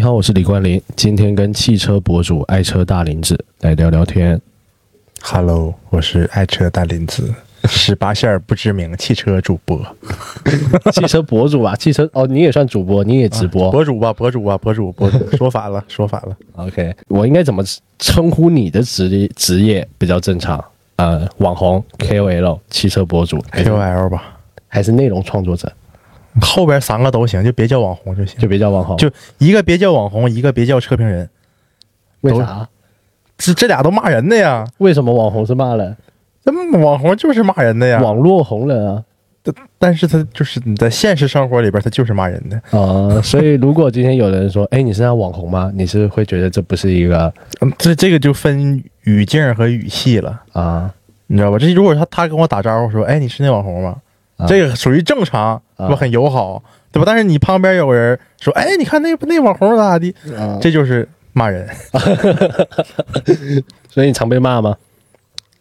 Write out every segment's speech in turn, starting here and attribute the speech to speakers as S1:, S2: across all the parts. S1: 好，我是李冠霖，今天跟汽车博主爱车大林子来聊聊 天。
S2: Hello，我是爱车大林子，十八线儿不知名汽车主播，
S1: 汽车博主吧，汽车哦，你也算主播，你也直播。
S2: 博啊主吧，博主吧，博主，博主，说反了，说反了，
S1: OK，我应该怎么称呼你的职业职业比较正常？呃，网红、KOL、汽车博主，还是
S2: KOL 吧，
S1: 还是内容创作者，
S2: 后边三个都行，就别叫网红就行，
S1: 就别叫网红。
S2: 就一个别叫网红，一个别叫车评人，
S1: 为啥？
S2: 这这俩都骂人的呀，
S1: 为什么网红是骂人？
S2: 这网红就是骂人的呀，
S1: 网络红人 啊。
S2: 但但是他就是你在现实生活里边，他就是骂人的，
S1: 呃，所以如果今天有人说，哎，你是那网红吗？你是会觉得这不是一个
S2: 嗯这这个就分语境和语系了。
S1: 啊、
S2: 你知道吧？这如果他他跟我打招呼说，哎，你是那网红吗？
S1: 啊
S2: 这个属于正常，
S1: 啊嗯
S2: 是吧？很友好，对吧？但是你旁边有人说，哎，你看那那网红咋咋地，
S1: 啊
S2: 这就是骂人，
S1: 所以你常被骂吗？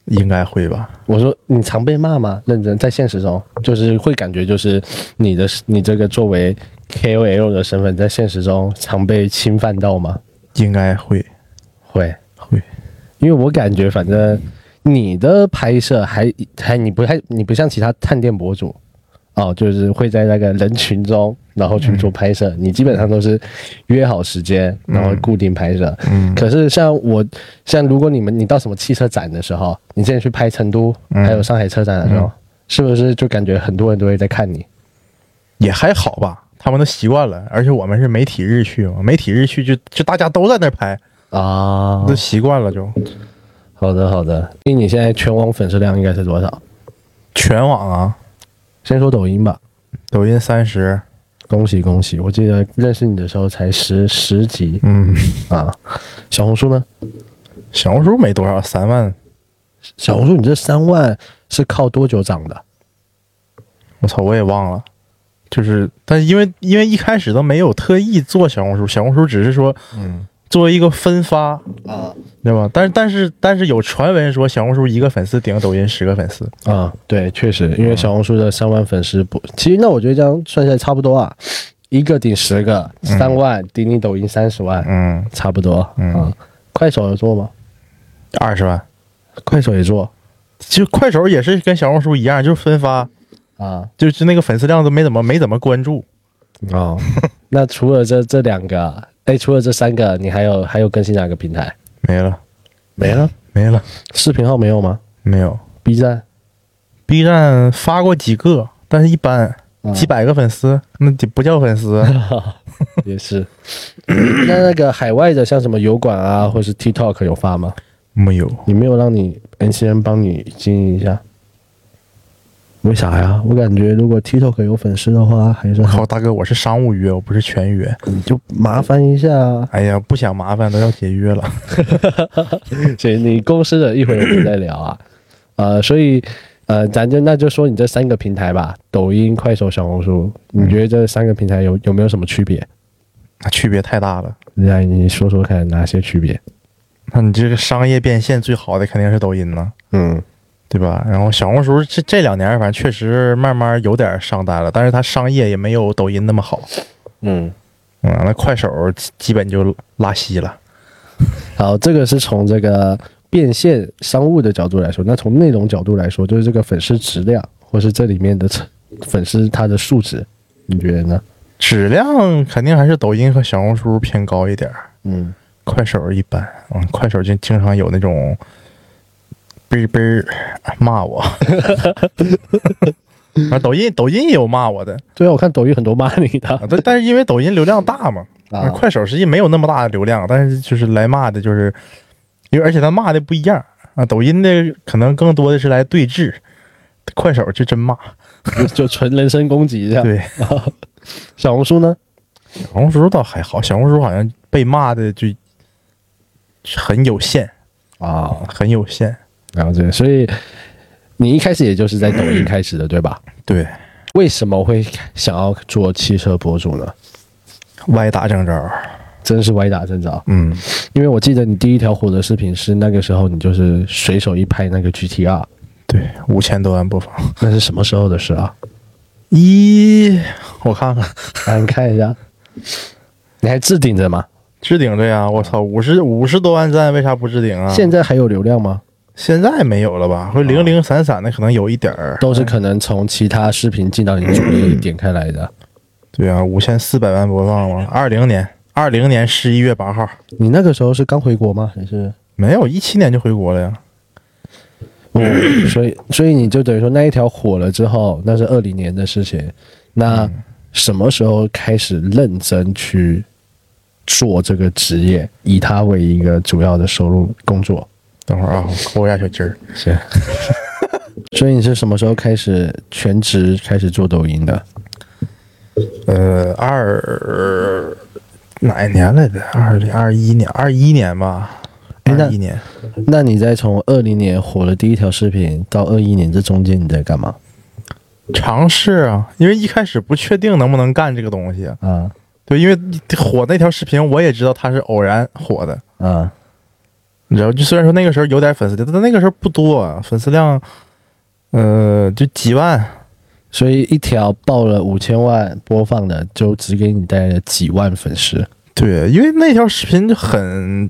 S2: 应该会吧？
S1: 我说你常被骂吗？认真，在现实中就是会感觉就是你的你这个作为 KOL 的身份，在现实中常被侵犯到吗？
S2: 应该会
S1: 会，
S2: 会，
S1: 因为我感觉反正你的拍摄还还你不太你不像其他探店博主哦，就是会在那个人群中然后去做拍
S2: 嗯
S1: 摄，你基本上都是约好时间然后固定拍摄。
S2: 嗯
S1: 可是像我像如果你们你到什么汽车展的时候，你之前去拍成都
S2: 嗯
S1: 还有上海车展的时候，是不是就感觉很多人都会在看你？
S2: 也还好吧。他们都习惯了，而且我们是媒体日去嘛，媒体日去就就大家都在那拍，
S1: 啊
S2: 都习惯了就。
S1: 好的好的，因为你现在全网粉丝量应该是多少？
S2: 全网啊，
S1: 先说抖音吧，
S2: 抖音三十，
S1: 恭喜恭喜！我记得认识你的时候才十十级
S2: 嗯，
S1: 啊。小红书呢？
S2: 小红书没多少，三万，
S1: 小红书你这三万是靠多久涨的？
S2: 我操，我也忘了。就是，但因为因为一开始都没有特意做小红书，小红书只是说
S1: 嗯
S2: 作为一个分发，
S1: 啊
S2: 对吧？但是但是但是有传闻说小红书一个粉丝顶抖音十个粉丝，
S1: 啊，对，确实，因为小红书的三万粉丝不，其实那我觉得这样算下来差不多啊，一个顶十个，三万顶你抖音三十万，
S2: 嗯，
S1: 差不多。
S2: 嗯
S1: 啊，快手有做吗？
S2: 二十万。
S1: 快手也做
S2: 就快手也是跟小红书一样，就是分发，
S1: 啊
S2: 就是那个粉丝量都没怎么没怎么关注，
S1: 哦， 那除了这这两个，哎，除了这三个，你还有还有更新哪个平台？
S2: 没了
S1: 没了，
S2: 没了
S1: 视频号没有吗
S2: 没有。
S1: ？B 站
S2: B 站发过几个，但是一般
S1: 啊
S2: 几百个粉丝，那就不叫粉丝。
S1: 也是。 那那个海外的像什么油管啊，或是 TikTok 有发吗？
S2: 没有，
S1: 你没有让你 NCN 帮你经营一下？为啥呀？我感觉如果 TikTok 有粉丝的话，还是好，
S2: 靠大哥，我是商务约，我不是全约。
S1: 你就麻烦一下 啊。
S2: 哎呀，不想麻烦都要解约了。
S1: 所以你公司的一会儿我们再聊 啊。呃，所以呃，咱就那就说你这三个平台吧，抖音、快手、小红书，你觉得这三个平台有有没有什么区别？
S2: 那区别太大了。
S1: 来，你说说看哪些区别？
S2: 那你这个商业变现最好的肯定是抖音呢，
S1: 嗯
S2: 对吧？然后小红书这这两年反正确实慢慢有点上单了，但是它商业也没有抖音那么好。
S1: 嗯。
S2: 嗯，那快手基基本就拉稀了。
S1: 好，这个是从这个变现商务的角度来说，那从内容角度来说，就是这个粉丝质量，或是这里面的成粉丝他的素质，你觉得呢？
S2: 质量肯定还是抖音和小红书偏高一点儿，
S1: 嗯，
S2: 快手一般。嗯，快手就经常有那种哔哔儿骂我， 啊，抖音抖音也有骂我的，
S1: 对啊，我看抖音很多骂你
S2: 啊
S1: 的
S2: 但但是因为抖音流量大嘛，
S1: 啊
S2: 快手实际没有那么大的流量，但是就是来骂的，就是因为而且他骂的不一样啊，抖音的可能更多的是来对峙，快手就真骂。
S1: 就就纯人身攻击这样。
S2: 对，
S1: 小红书呢？
S2: 小红书倒还好，小红书好像被骂的就很有限，
S1: 啊、
S2: 很有限。
S1: 了解。所以你一开始也就是在抖音开始的，对吧？
S2: 对，
S1: 为什么会想要做汽车博主呢？
S2: 歪打正着。
S1: 真是歪打正着，
S2: 嗯，
S1: 因为我记得你第一条火的视频是那个时候你就是随手一拍那个 GTR，
S2: 对，五千多万播放。
S1: 那是什么时候的事啊？
S2: 一，我看看，
S1: 啊，你看一下，你还置顶着吗？
S2: 置顶对呀、我操，五十五十多万赞，为啥不置顶啊？
S1: 现在还有流量吗？
S2: 现在没有了吧？会零零散散的，可能有一点儿。
S1: 哦都是可能从其他视频进到你主页点开来的。
S2: 对啊，五千四百万播放嘛，二零年，二零年十一月八号，
S1: 你那个时候是刚回国吗？还是？
S2: 没有一七年就回国了呀。
S1: 嗯，所以所以你就等于说那一条火了之后，那是二零年的事情。那什么时候开始认真去做这个职业，以它为一个主要的收入工作？
S2: 等会儿啊，我抠一下小鸡儿。
S1: 是。 所以你是什么时候开始全职开始做抖音的？
S2: 呃，二哪一年来的？二零二一年，二一年吧，
S1: 哎
S2: 二
S1: 那
S2: 一年。
S1: 那你在从二零年火了第一条视频到二一年这中间你在干嘛
S2: 尝试啊，因为一开始不确定能不能干这个东西。
S1: 啊
S2: 对，因为火那条视频，我也知道它是偶然火的，
S1: 啊
S2: 你知道，就虽然说那个时候有点粉丝量，但那个时候不多，啊粉丝量，呃，就几万，
S1: 所以一条爆了五千万播放的，就只给你带来了几万粉丝
S2: 对，因为那条视频就很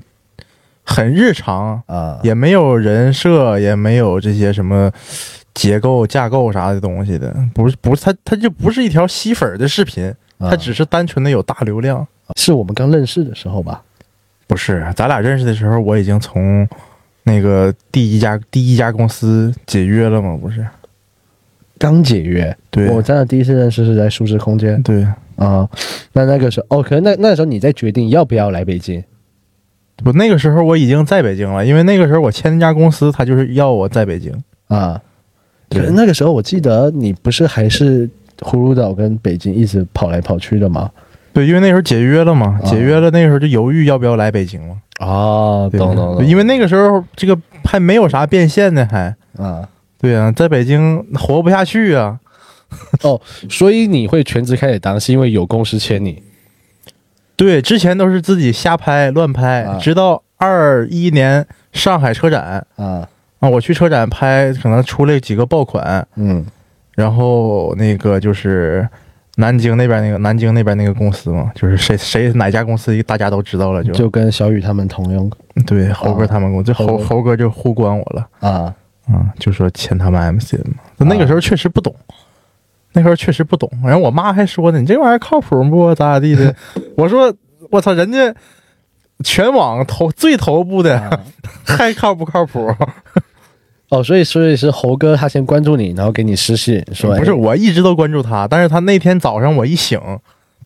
S2: 很日常，
S1: 啊！
S2: 也没有人设，也没有这些什么结构、架构啥的东西的，不是不是，它它就不是一条吸粉儿的视频，
S1: 啊
S2: 它只是单纯的有大流量。
S1: 是我们刚认识的时候吧？
S2: 不是，咱俩认识的时候，我已经从那个第一家第一家公司解约了嘛，不是？
S1: 刚解约，
S2: 对
S1: 我真的第一次认识是在数字空间
S2: 对，
S1: 啊。那那个时候，哦，可能那那时候你在决定要不要来北京
S2: 我那个时候我已经在北京了，因为那个时候我签那家公司，他就是要我在北京。
S1: 啊。可
S2: 对
S1: 是那个时候，我记得你不是还是葫芦岛跟北京一直跑来跑去的吗？
S2: 对，因为那时候解约了嘛，
S1: 啊
S2: 解约了，那个时候就犹豫要不要来北京嘛。
S1: 哦，
S2: 对
S1: 懂懂
S2: 对
S1: 懂，
S2: 因为那个时候这个还没有啥变现呢，还
S1: 啊，
S2: 对啊，在北京活不下去啊。
S1: 哦所以你会全职开始当，是因为有公司签你
S2: 对，之前都是自己瞎拍乱拍，
S1: 啊
S2: 直到二一年上海车展
S1: 啊？
S2: 啊，我去车展拍，可能出了几个爆款，
S1: 嗯
S2: 然后那个就是南京那边那个南京那边那个公司嘛，就是谁谁哪家公司大家都知道了就，
S1: 就跟小雨他们同用
S2: 对猴哥他们公司，
S1: 猴
S2: 猴
S1: 哥
S2: 猴哥就互关我了
S1: 啊
S2: 啊、就说签他们 MC 嘛。那个时候确实不懂，那时候确实不懂。然后我妈还说呢：“你这玩意儿靠谱不？咋咋地的？” 我说：“我操，人家全网头最头部的、 还靠不靠谱？
S1: 哦，所以所以是猴哥他先关注你，然后给你私信说
S2: 不是，
S1: 哎
S2: 我一直都关注他，但是他那天早上我一醒，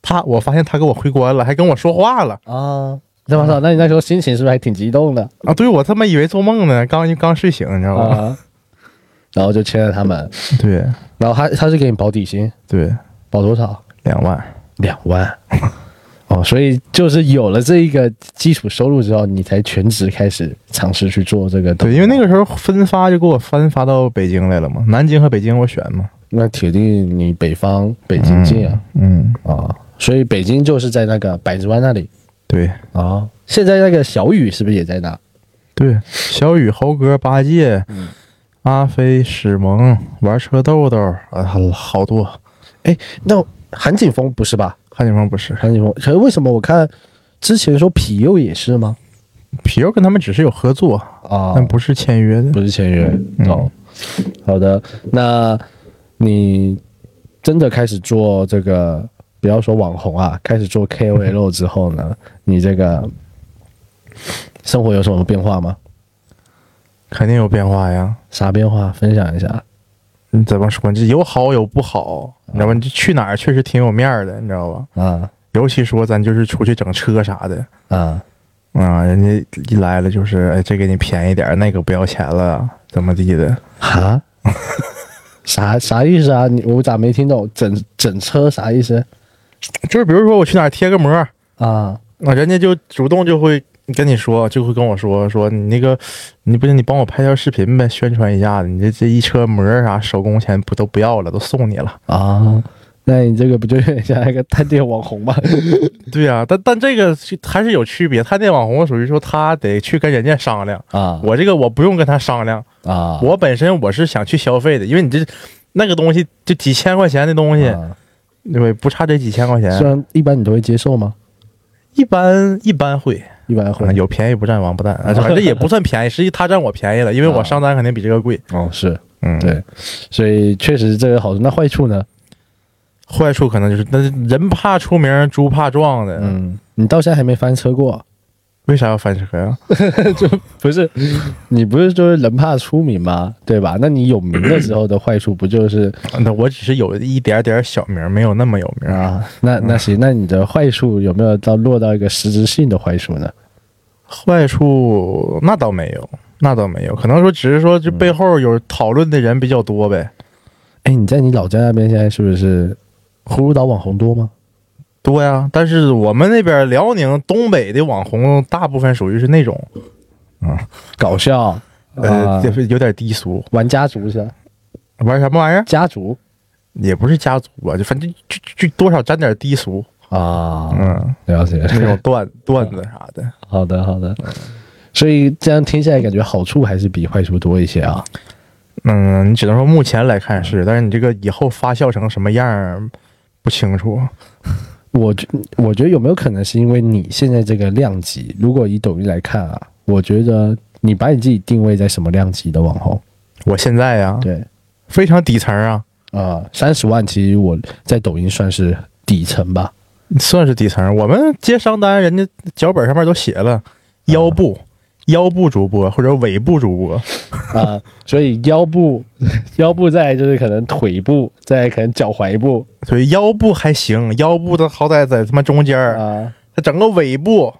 S2: 他我发现他给我回关了，还跟我说话了。”
S1: 啊，那我操，那你那时候心情是不是还挺激动的
S2: 啊，对我他妈以为做梦呢，刚刚睡醒，你知道吗？
S1: 啊？然后就签了他们，
S2: 对
S1: 然后他他是给你保底薪，
S2: 对，
S1: 保多少？
S2: 两万，
S1: 两 万。哦，所以就是有了这一个基础收入之后，你才全职开始尝试去做这个东
S2: 对，
S1: 西。
S2: 因为那个时候分发就给我分发到北京来了嘛，南京和北京我选嘛，
S1: 那铁定你北方北京近啊
S2: 嗯，
S1: 啊、所以北京就是在那个百子湾那里
S2: 对
S1: 啊、现在那个小雨是不是也在那？
S2: 对，小雨、猴哥、八戒、
S1: 嗯
S2: 阿飞、史萌、玩车豆豆啊，好好多，
S1: 哎，那韩景峰不是吧？
S2: 韩景峰不是，
S1: 韩景峰，可是为什么我看之前说皮尤也是吗？
S2: 皮尤跟他们只是有合作，
S1: 啊、
S2: 但不是签约的。
S1: 不是签约、哦。好的，那你真的开始做这个，不要说网红啊，开始做 KOL 之后呢，你这个生活有什么变化吗？
S2: 肯定有变化呀。
S1: 啥变化？分享一下。
S2: 你怎么说？这有好有不好，你知道吧？你这去哪儿确实挺有面儿的，你知道吧？
S1: 啊
S2: 尤其说咱就是出去整车啥的，
S1: 啊
S2: 啊、人家一来了就是，哎，这给你便宜点儿，那个不要钱了，怎么地的？
S1: 哈？啥啥意思啊？你我咋没听懂？整整车啥意思
S2: 就是比如说我去哪儿贴个膜，啊、
S1: 啊？
S2: 人家就主动就会跟你说，就会跟我说，说你那个，你不行，你帮我拍条视频呗，宣传一下子，你这这一车膜啥手工钱不都不要了，都送你了。
S1: 啊，那你这个不就有点像那个探店网红吗？
S2: 对呀、但但这个是还是有区别，探店网红属于说他得去跟人家商量，
S1: 啊
S2: 我这个我不用跟他商量，
S1: 啊，
S2: 我本身我是想去消费的，因为你这那个东西就几千块钱的东西，
S1: 啊
S2: 对，不差这几千块钱。
S1: 虽然一般你都会接受吗？
S2: 一般一般会，
S1: 一般会
S2: 嗯有便宜不占王八蛋， 啊反正也不算便宜，实际他占我便宜了，因为我上单肯定比这个贵。
S1: 哦，是
S2: 嗯，，
S1: 啊对，所以确实这个好处。那坏处呢？
S2: 坏处可能就是，但是人怕出名，猪怕壮的。，
S1: 嗯，你到现在还没翻车过，
S2: 为啥要翻车呀？
S1: 不是？ 你不是就是人怕出名吗？对吧？那你有名的时候的坏处不就是
S2: 那我只是有一点点小名，没有那么有名。
S1: 嗯啊？那那行，那你的坏处有没有到落到一个实质性的坏处呢？
S2: 坏处那倒没有，那倒没有，可能说只是说
S1: 嗯
S2: 这背后有讨论的人比较多呗，
S1: 哎，你在你老家那边现在是不是葫芦岛网红多吗？
S2: 多呀。啊但是我们那边辽宁东北的网红，大部分属于是那种，
S1: 搞笑，
S2: 呃，
S1: 啊
S2: 就是有点低俗，
S1: 玩家族是吧？
S2: 玩什么玩意儿？
S1: 家族
S2: 也不是家族啊吧，就反正就就就多少沾点低俗，
S1: 啊，
S2: 嗯，
S1: 了解。
S2: 那 种段段子啥的。
S1: 好的，好的。所以这样听下来，感觉好处还是比坏处多一些啊。
S2: 嗯，你只能说目前来看是，但是你这个以后发酵成什么样儿不清楚。
S1: 我觉我觉得有没有可能是因为你现在这个量级，如果以抖音来看啊，我觉得你把你自己定位在什么量级的网红？
S2: 我现在呀、
S1: 对，
S2: 非常底层啊，
S1: 啊，三十万其实我在抖音算是底层吧。
S2: 算是底层。我们接商单，人家脚本上面都写了腰部、腰部主播或者尾部主播，
S1: 啊，所以腰部， 腰部再来就是可能腿部，再来可能脚踝部
S2: 所以腰部还行，腰部的好歹在他妈中间儿，
S1: 啊，
S2: 他整个尾部，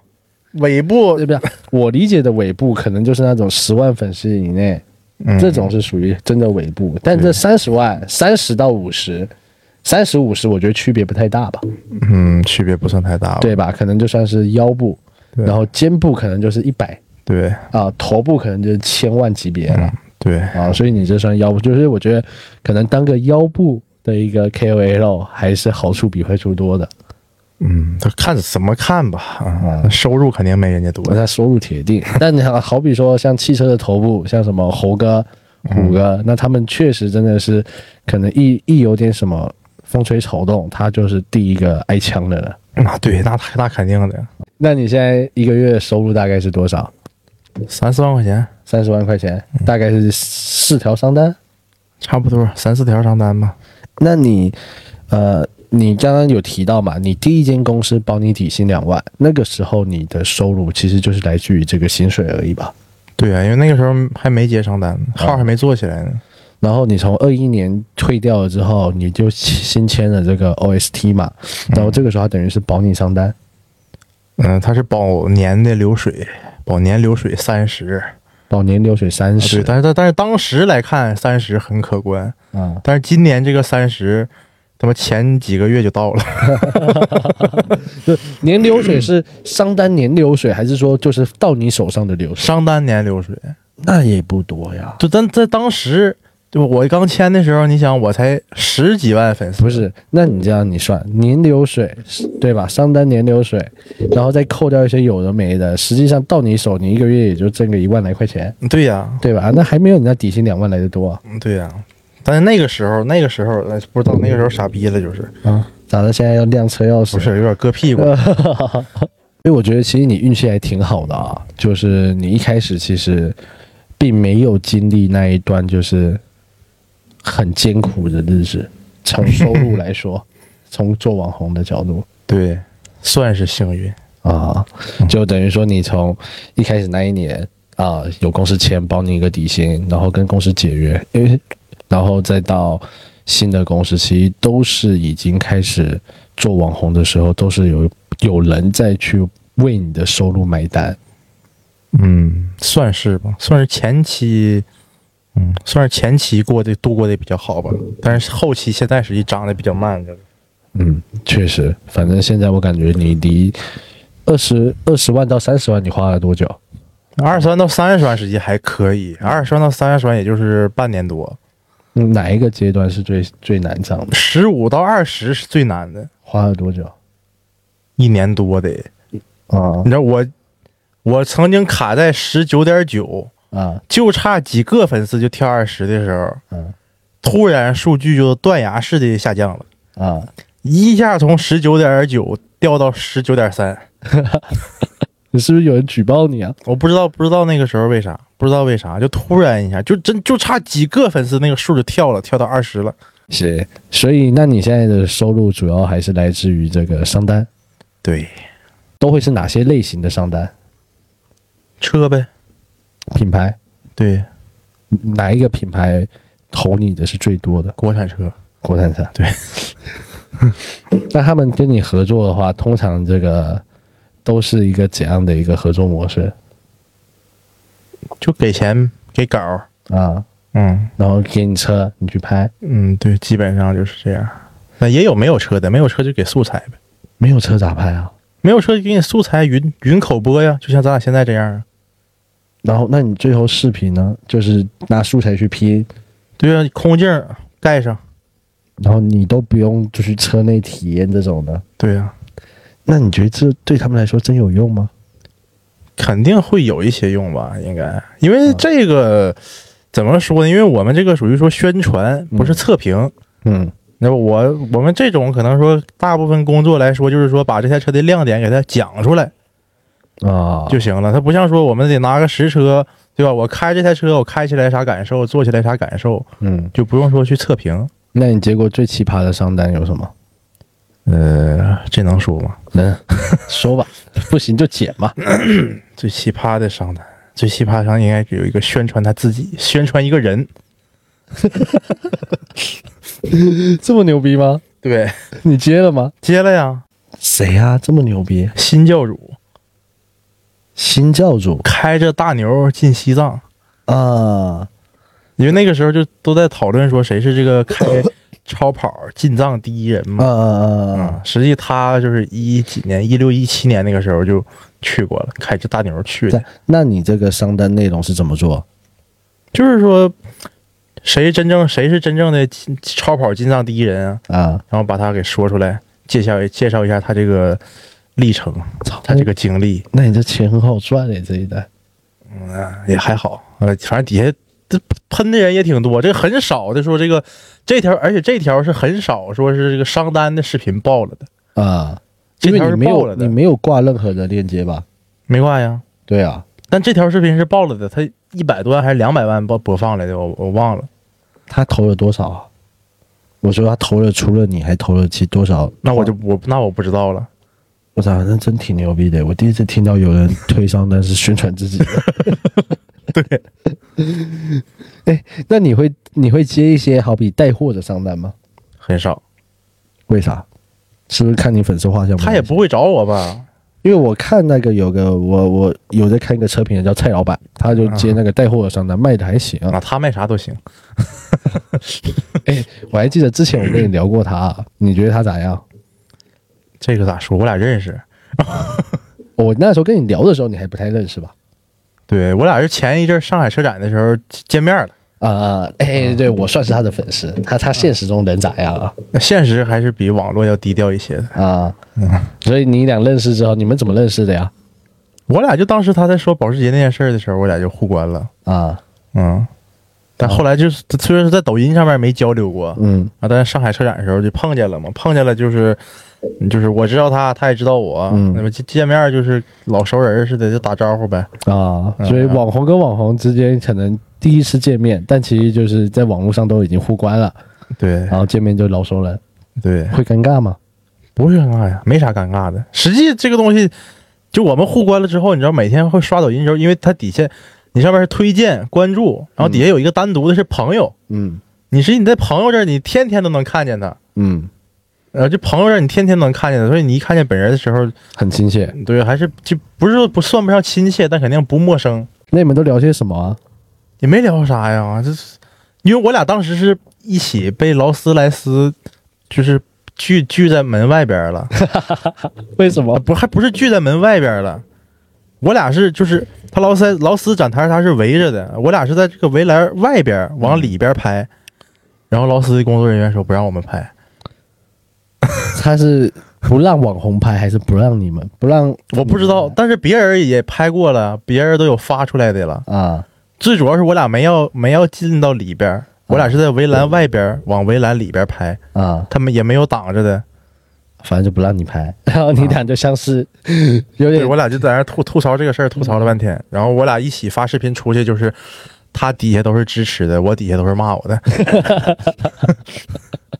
S2: 尾部
S1: 对不对？我理解的尾部可能就是那种十万粉丝以内，
S2: 嗯
S1: 这种是属于真的尾部，但这三十万、三十到五十、三十五十，我觉得区别不太大吧，
S2: 嗯区别不算太大吧？
S1: 对吧？可能就算是腰部，
S2: 对
S1: 然后肩部可能就是一百
S2: 对
S1: 啊，头部可能就是千万级别
S2: 嗯
S1: 了。
S2: 对，
S1: 啊，所以你这算腰部，就是我觉得可能当个腰部的一个 KOL 还是好处比坏处多的，
S2: 嗯，他看怎么看吧，啊，
S1: 嗯
S2: 收入肯定没人家多
S1: 我，他收入铁定。 但你好好比说像汽车的头部，像什么猴哥、虎哥，那他们确实真的是可能一一有点什么风吹草动，他就是第一个挨枪的了。
S2: 那啊对，那那肯定的，
S1: 那你现在一个月收入大概是多少？
S2: 三四万块钱，
S1: 三十万块钱，大概是四条商单。
S2: 差不多三四条商单吧。
S1: 那你，呃，你刚刚有提到嘛，你第一间公司保你底薪两万，那个时候你的收入其实就是来自于这个薪水而已吧？
S2: 对啊，因为那个时候还没接商单呢，号还没做起来呢。
S1: 然后你从二一年退掉了之后，你就新签了这个 OST 嘛，然后这个时候它等于是保你商单，
S2: 嗯，它是保年的流水，保年流水三十。
S1: 保年流水三
S2: 啊对，
S1: 十
S2: 但是但但是当时来看三十很可观，
S1: 啊，
S2: 但是今年这个三十，他妈前几个月就到了，
S1: 就年流水是商单年流水，还是说就是到你手上的流水？
S2: 商单年流水。
S1: 那也不多呀，
S2: 就但在当时，对吧？我刚签的时候，你想我才十几万粉丝，
S1: 不是？那你这样你算年流水对吧？商单年流水，然后再扣掉一些有的没的，实际上到你手你一个月也就挣个一万来块钱，
S2: 对呀、
S1: 对吧？啊那还没有你那底薪两万来的多啊
S2: 嗯对呀、但是那个时候，那个时候呃不知道那个时候傻逼了，就是
S1: 啊！咋的？现在要辆车钥匙？
S2: 不是有点割屁股，
S1: 所以我觉得其实你运气还挺好的啊，就是你一开始其实并没有经历那一段就是很艰苦的日子，从收入来说，从做网红的角度
S2: 对，算是幸运。
S1: 啊，就等于说你从一开始那一年啊，有公司签保你一个底薪，然后跟公司解约，因为然后再到新的公司，其实都是已经开始做网红的时候，都是有有人在去为你的收入买单。
S2: 嗯，算是吧，算是前期，嗯，算是前期过得度过得比较好吧。但是后期现在实际涨得比较慢，就是
S1: 嗯，确实，反正现在我感觉你离二十二十万到三十万，你花了多久？
S2: 二十万到三十万实际还可以，二十万到三十万也就是半年多，
S1: 嗯哪一个阶段是最最难涨的？
S2: 十五到二十是最难的，
S1: 花了多久？
S2: 一年多得。
S1: 啊
S2: 你知道我，我曾经卡在十九点九，
S1: 啊
S2: 就差几个粉丝就跳二十的时候，
S1: 嗯
S2: 突然数据就断崖式的下降了，
S1: 啊！
S2: 一下从十九点九掉到十九点三，
S1: 你是不是有人举报你啊？
S2: 我不知道，不知道那个时候为啥，不知道为啥，就突然一下，就真就差几个粉丝，那个数就跳了，跳到二十了。
S1: 是，所以那你现在的收入主要还是来自于这个商单，
S2: 对，
S1: 都会是哪些类型的商单？
S2: 车呗，
S1: 品牌
S2: 对，
S1: 哪一个品牌投你的是最多的？
S2: 国产车，
S1: 国产车。
S2: 对，
S1: 那他们跟你合作的话，通常这个都是一个怎样的一个合作模式
S2: 就给钱给稿儿，
S1: 啊？
S2: 嗯
S1: 然后给你车，你去拍，
S2: 嗯，对，基本上就是这样。那也有没有车的，没有车就给素材呗，
S1: 没有车咋拍啊？
S2: 没有车给你素材云云口播呀，就像咱俩现在这样啊。
S1: 然后，那你最后视频呢？就是拿素材去拼，
S2: 对呀、空镜儿盖上，
S1: 然后你都不用就去车内体验这种的。
S2: 对呀、
S1: 那你觉得这对他们来说真有用吗？
S2: 肯定会有一些用吧，应该，因为这个、怎么说呢？因为我们这个属于说宣传，不是测评。
S1: 嗯，
S2: 那么我我们这种可能说，大部分工作来说，就是说把这台车的亮点给它讲出来
S1: 啊，
S2: 就行了。它不像说我们得拿个实车，对吧？我开这台车，我开起来啥感受，坐起来啥感受，
S1: 嗯，
S2: 就不用说去测评。
S1: 那你结果最奇葩的商单有什么？
S2: 呃，这能说吗？
S1: 能 说吧，不行就剪嘛。
S2: 最奇葩的商单，最奇葩的商应该有一个宣传他自己，宣传一个人。
S1: 这么牛逼吗？
S2: 对，
S1: 你接了吗？
S2: 接了呀，
S1: 谁呀、这么牛逼？
S2: 新教主
S1: 新教主
S2: 开着大牛进西藏，
S1: 啊，
S2: 因为那个时候就都在讨论说谁是这个开 超跑进藏第一人
S1: 啊
S2: 嘛。
S1: 啊
S2: 嗯
S1: 啊，！
S2: 实际他就是一几年，一六一七年那个时候就去过了，开着大牛去的
S1: 在。那你这个商单内容是怎么做？
S2: 就是说，谁真正谁是真正的进超跑进藏第一人啊？
S1: 啊，
S2: 然后把他给说出来，介绍介绍一下他这个历程，
S1: 操，
S2: 他这个经历。
S1: 哎那你这钱很好赚嘞，这一代。嗯
S2: 也还好，呃，反正底下这喷的人也挺多，这很少的说这个这条，而且这条是很少说是这个商单的视频爆了的，
S1: 啊，
S2: 这
S1: 因为
S2: 条是
S1: 你没
S2: 爆了
S1: 有你
S2: 的，
S1: 没有挂任何的链接吧？
S2: 没挂呀。
S1: 对啊，
S2: 但这条视频是爆了的，它一百多万还是两百万播播放来的，我我忘了。
S1: 他投了多少啊？我说他投了，除了你还投了其多少？
S2: 那我就我那我不知道了，
S1: 我操，那真挺牛逼的！我第一次听到有人推商单是宣传 自己的。对， 哎，那你会你会接一些好比带货的商单吗？
S2: 很少。
S1: 为啥？是不是看你粉丝画像？
S2: 他也，不会找我吧？
S1: 因为我看那个有个我我有在看一个车评人叫蔡老板，他就接那个带货的商单，卖的还行。
S2: 啊，他卖啥都行。
S1: 哎，我还记得之前我跟你聊过他，你觉得他咋样？
S2: 这个咋说？我俩认识，
S1: 我那时候跟你聊的时候，你还不太认识吧？
S2: 对我俩是前一阵上海车展的时候见面了。
S1: 啊、哎，对我算是他的粉丝，他他现实中人咋样啊？
S2: 那现实还是比网络要低调一些的。
S1: 啊、所以你俩认识之后，你们怎么认识的呀？
S2: 我俩就当时他在说保时捷那件事儿的时候，我俩就互关了。
S1: 啊，
S2: 嗯，但后来就是虽然是在抖音上面没交流过
S1: 嗯
S2: 啊，但是上海车展的时候就碰见了嘛，碰见了就是就是我知道他，他也知道我，
S1: 嗯
S2: 那么见见面就是老熟人似的就打招呼呗。
S1: 啊，
S2: 嗯
S1: 所以网红跟网红之间可能第一次见面，但其实就是在网络上都已经互关了，
S2: 对
S1: 然后见面就老熟人，
S2: 对，
S1: 会尴尬吗？
S2: 不会尴尬呀，没啥尴尬的。实际这个东西，就我们互关了之后，你知道每天会刷抖音的时候，因为它底下你上面是推荐、关注，然后底下有一个单独的是朋友，
S1: 嗯
S2: 你实际你在朋友这儿，你天天都能看见他。
S1: 嗯，
S2: 呃，这朋友让你天天能看见的，所以你一看见本人的时候，
S1: 很亲切。
S2: 对，还是就不是说不算不上亲切，但肯定不陌生，
S1: 那你们都聊些什么啊？
S2: 也没聊啥呀，这是因为我俩当时是一起被劳斯莱斯就是拒拒在门外边了，
S1: 为什
S2: 啊
S1: 么？
S2: 不还不是拒在门外边了，我俩是就是他劳斯莱劳斯展台他是围着的，我俩是在这个围栏外边往里边拍，然后劳斯的工作人员说不让我们拍，
S1: 他是不让网红拍，还是不让你们？不让
S2: 我不知道，但是别人也拍过了，别人都有发出来的了。
S1: 啊
S2: 最主要是我俩没要没要进到里边儿，我俩是在围栏外边儿往围栏里边儿拍，
S1: 啊，
S2: 他们也没有挡着的，
S1: 反正就不让你拍，然后你俩就像是有
S2: 对
S1: 点
S2: 我俩就在那儿吐吐槽这个事儿，吐槽了半天。然后我俩一起发视频出去，就是他底下都是支持的，我底下都是骂我的。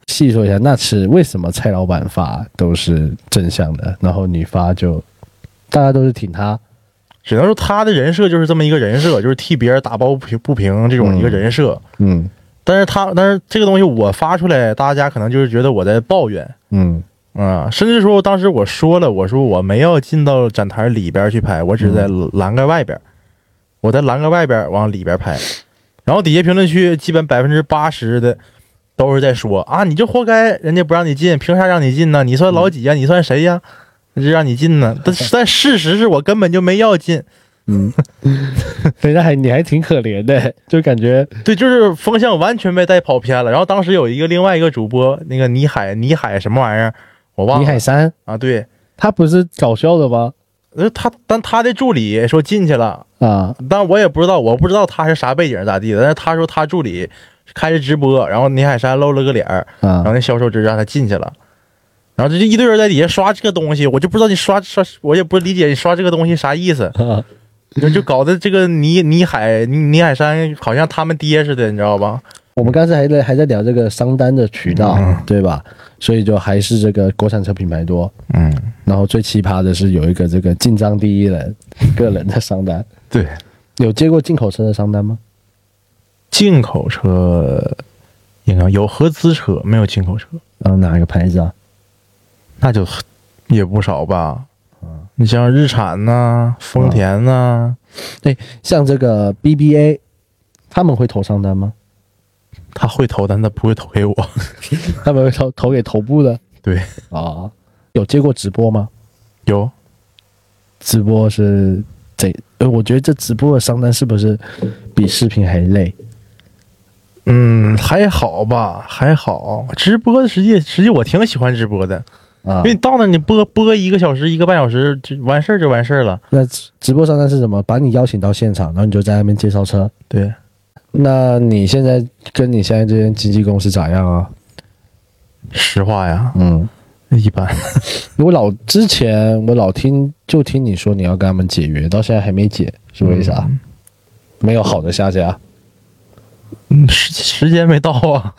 S1: 细说一下，那是为什么蔡老板发都是正向的，然后你发就大家都是挺他，
S2: 只能说他的人设就是这么一个人设，就是替别人打抱不平不平这种一个人设。
S1: 嗯
S2: 但是他，但是这个东西我发出来，大家可能就是觉得我在抱怨
S1: 嗯
S2: 啊、甚至说当时我说了，我说我没有进到展台里边去拍，我只是在栏杆外边，我在栏杆外边往里边拍。然后底下评论区基本百分之八十的都是在说啊，你就活该，人家不让你进，凭啥让你进呢？你算老几呀、你算谁呀、就让你进呢？但但事实是我根本就没要进，
S1: 嗯，对，那还你还挺可怜的，就感觉
S2: 对，就是风向完全被带跑偏了。然后当时有一个另外一个主播，那个倪海，倪海什么玩意儿，我忘
S1: 李海
S2: 了
S1: 山
S2: 啊。对，
S1: 他不是搞笑的吗？
S2: 呃，他但他的助理说进去了，
S1: 啊，
S2: 但我也不知道，我不知道他是啥背景咋地的。但是他说他助理开着直播，然后倪海山露了个脸儿，然后
S1: 啊，
S2: 那销售就让他进去了。然后这就一堆人在底下刷这个东西，我就不知道你刷刷，我也不理解你刷这个东西啥意思，
S1: 啊
S2: 就就搞得这个倪倪海倪倪海山好像他们爹似的，你知道吧？
S1: 我们刚才还在还在聊这个商单的渠道，对吧？所以就还是这个国产车品牌多。
S2: 嗯，
S1: 然后最奇葩的是有一个这个进账第一人个人的商单，
S2: 对，
S1: 有接过进口车的商单吗？
S2: 进口车应该有合资车，没有进口车，
S1: 然后哪个牌子啊？
S2: 那就嗯很也不少吧。你像日产呐、丰田呐、
S1: 对，像这个 BBA，他们会投商单吗？
S2: 他会投，但他不会投给我。
S1: 他们会投投给头部的
S2: 对，
S1: 啊、有接过直播吗？
S2: 有
S1: 直播是这，呃，我觉得这直播的商单是不是比视频还累？
S2: 嗯，还好吧，还好。直播实际实际我挺喜欢直播的，
S1: 啊
S2: 因为，你到那你播播一个小时、一个半小时就完事儿就完事儿了。
S1: 那直直播商单是什么？把你邀请到现场，然后你就在那边介绍车。
S2: 对，
S1: 那你现在跟你现在这间经纪公司咋样啊？
S2: 实话呀，
S1: 嗯，
S2: 一般。
S1: 我老之前我老听就听你说你要跟他们解约，到现在还没解，是为啥？没有好的下家，
S2: 嗯，时时间没到啊，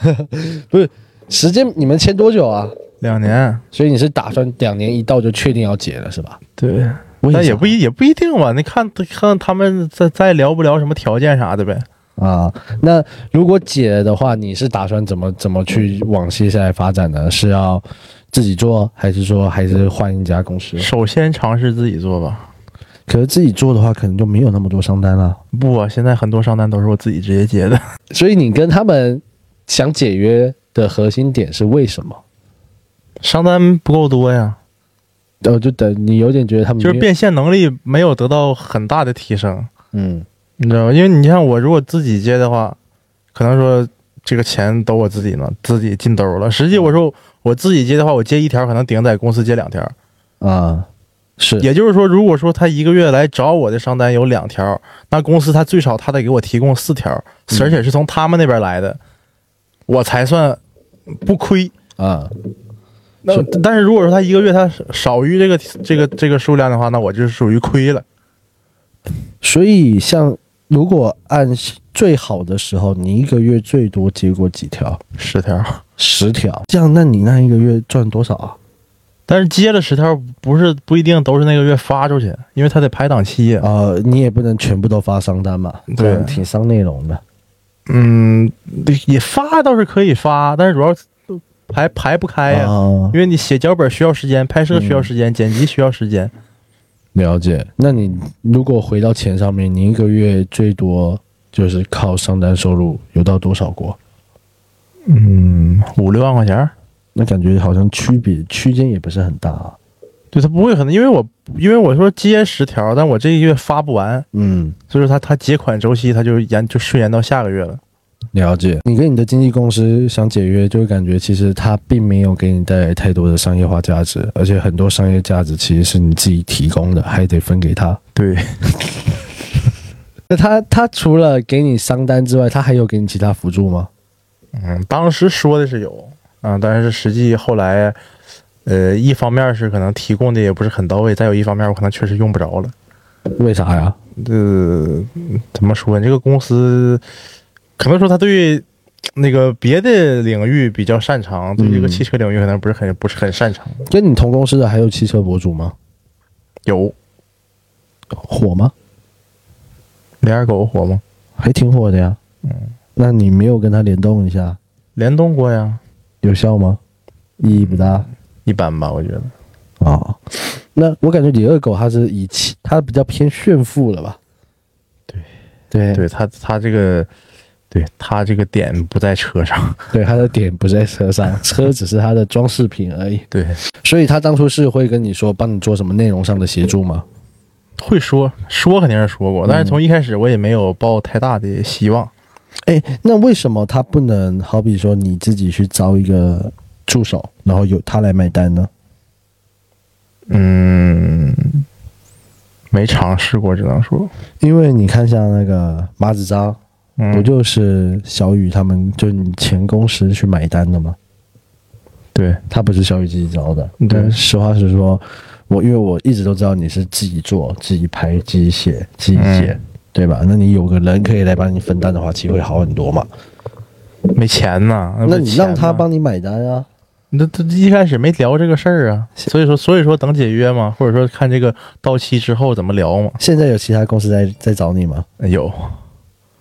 S1: 不是时间你们签多久啊？
S2: 两年。
S1: 所以你是打算两年一到就确定要解了是吧？
S2: 对，
S1: 为
S2: 但
S1: 啥
S2: 也不一也不一定吧，你看看他们再再聊不聊什么条件啥的呗。
S1: 啊，那如果解了的话，你是打算怎么怎么去往接下来发展呢？是要自己做，还是说还是换一家公司？
S2: 首先尝试自己做吧。
S1: 可是自己做的话，可能就没有那么多商单了。
S2: 不啊，现在很多商单都是我自己直接接的。
S1: 所以你跟他们想解约的核心点是为什么？
S2: 商单不够多呀，
S1: 呃，就等你有点觉得他们
S2: 就是
S1: 没有
S2: 变现能力没有得到很大的提升，
S1: 嗯
S2: 你知道吗？因为你像我如果自己接的话，可能说这个钱都我自己呢，自己进兜了。实际我说我自己接的话，我接一条可能顶在公司接两条。
S1: 啊是
S2: 也就是说，如果说他一个月来找我的商单有两条，那公司他最少他得给我提供四条，
S1: 嗯
S2: 而且是从他们那边来的，我才算不亏。
S1: 啊
S2: 那
S1: 是
S2: 但是如果说他一个月他少于这个这个这个数量的话，那我就是属于亏了。
S1: 所以像如果按最好的时候，你一个月最多接过几条？
S2: 十条，
S1: 十条。这样，那你那一个月赚多少啊？
S2: 但是接了十条不是不一定都是那个月发出去，因为他得排档期啊呀。
S1: 呃，你也不能全部都发商单嘛，
S2: 对
S1: 这样挺伤内容的。
S2: 嗯，也发倒是可以发，但是主要排排不开哎呀，
S1: 啊
S2: 因为你写脚本需要时间，拍摄需要时间，剪辑需要时间。
S1: 了解。那你如果回到钱上面，你一个月最多就是靠商单收入有到多少过？
S2: 嗯，五六万块钱儿，
S1: 那感觉好像区别区间也不是很大啊。
S2: 对他不会很，因为我因为我说接十条，但我这一个月发不完，
S1: 嗯，
S2: 所以说他他结款周期他就延就顺延到下个月了。
S1: 了解。你跟你的经纪公司想解约，就会感觉其实它并没有给你带来太多的商业化价值，而且很多商业价值其实是你自己提供的，还得分给他。
S2: 对，
S1: 那他他除了给你商单之外，他还有给你其他辅助吗？
S2: 嗯，当时说的是有，啊、但是实际后来呃，一方面是可能提供的也不是很到位，再有一方面我可能确实用不着了。
S1: 为啥呀？
S2: 呃，怎么说呢？这个公司可能说他对那个别的领域比较擅长，对这个汽车领域可能不是很不是很擅长。
S1: 跟你同公司的还有汽车博主吗？
S2: 有
S1: 火吗？
S2: 联二狗火吗？
S1: 还挺火的呀。
S2: 嗯，
S1: 那你没有跟他联动一下，
S2: 联动过呀，
S1: 有效吗？意义不大。
S2: 一般吧，我觉得。嗯
S1: 啊，那我感觉野恶狗它是以气，它比较偏炫富了吧？
S2: 对
S1: 对
S2: 对他他这个，对他这个点不在车 上。
S1: 对，它的点不在车 上，车只是它的装饰品而已。
S2: 对，
S1: 所以他当初是会跟你说帮你做什么内容上的协助吗？
S2: 会说说肯定是说过，但是从一开始我也没有抱太大的希望。
S1: 哎，那为什么他不能好比说你自己去招一个助手，然后由他来买单呢？
S2: 嗯，没尝试过，只能说，
S1: 因为你看像那个马子章，
S2: 嗯，
S1: 不就是小雨他们就你前公司去买单的吗？
S2: 对，
S1: 他不是小雨自己招的。
S2: 对
S1: 但实话实说，我因为我一直都知道你是自己做、自己拍、自己写、自己剪，
S2: 嗯
S1: 对吧？那你有个人可以来帮你分担的话，其实会好很多嘛。
S2: 没钱呐。不
S1: 那
S2: 是
S1: 你
S2: 钱
S1: 让他
S2: 呐
S1: 帮你买单啊？
S2: 那他一开始没聊这个事儿啊，所以说所以说等解约嘛，或者说看这个到期之后怎么聊嘛。
S1: 现在有其他公司在在找你吗？
S2: 有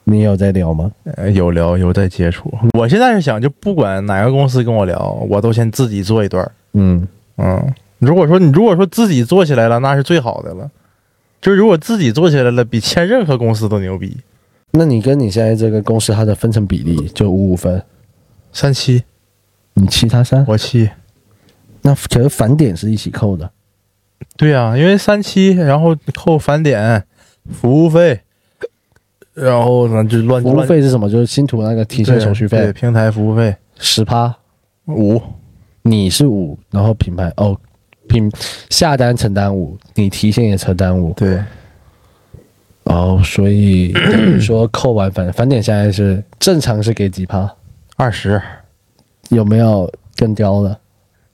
S1: 你有在聊吗？
S2: 呃有聊有在接触，我现在是想就不管哪个公司跟我聊，我都先自己做一段儿。
S1: 嗯，
S2: 嗯，如果说你如果说自己做起来了，那是最好的了。就是如果自己做起来了，比签任何公司都牛逼。
S1: 那你跟你现在这个公司它的分成比例就五五分，
S2: 三七
S1: 你七他三，
S2: 我七，
S1: 那可是返点是一起扣的。
S2: 对呀、因为三七，然后扣返点、服务费，然后呢就乱
S1: 服务
S2: 乱
S1: 费是什么？就是新图那个提现手续
S2: 对对
S1: 费
S2: 平台服务费
S1: 十趴，
S2: 五。
S1: 你是五，然后品牌哦，品下单承担五，你提现也承担五，
S2: 对，
S1: 哦，所以等于说扣完返返点下来是正常是给几趴？
S2: 二十
S1: 有没有更刁的？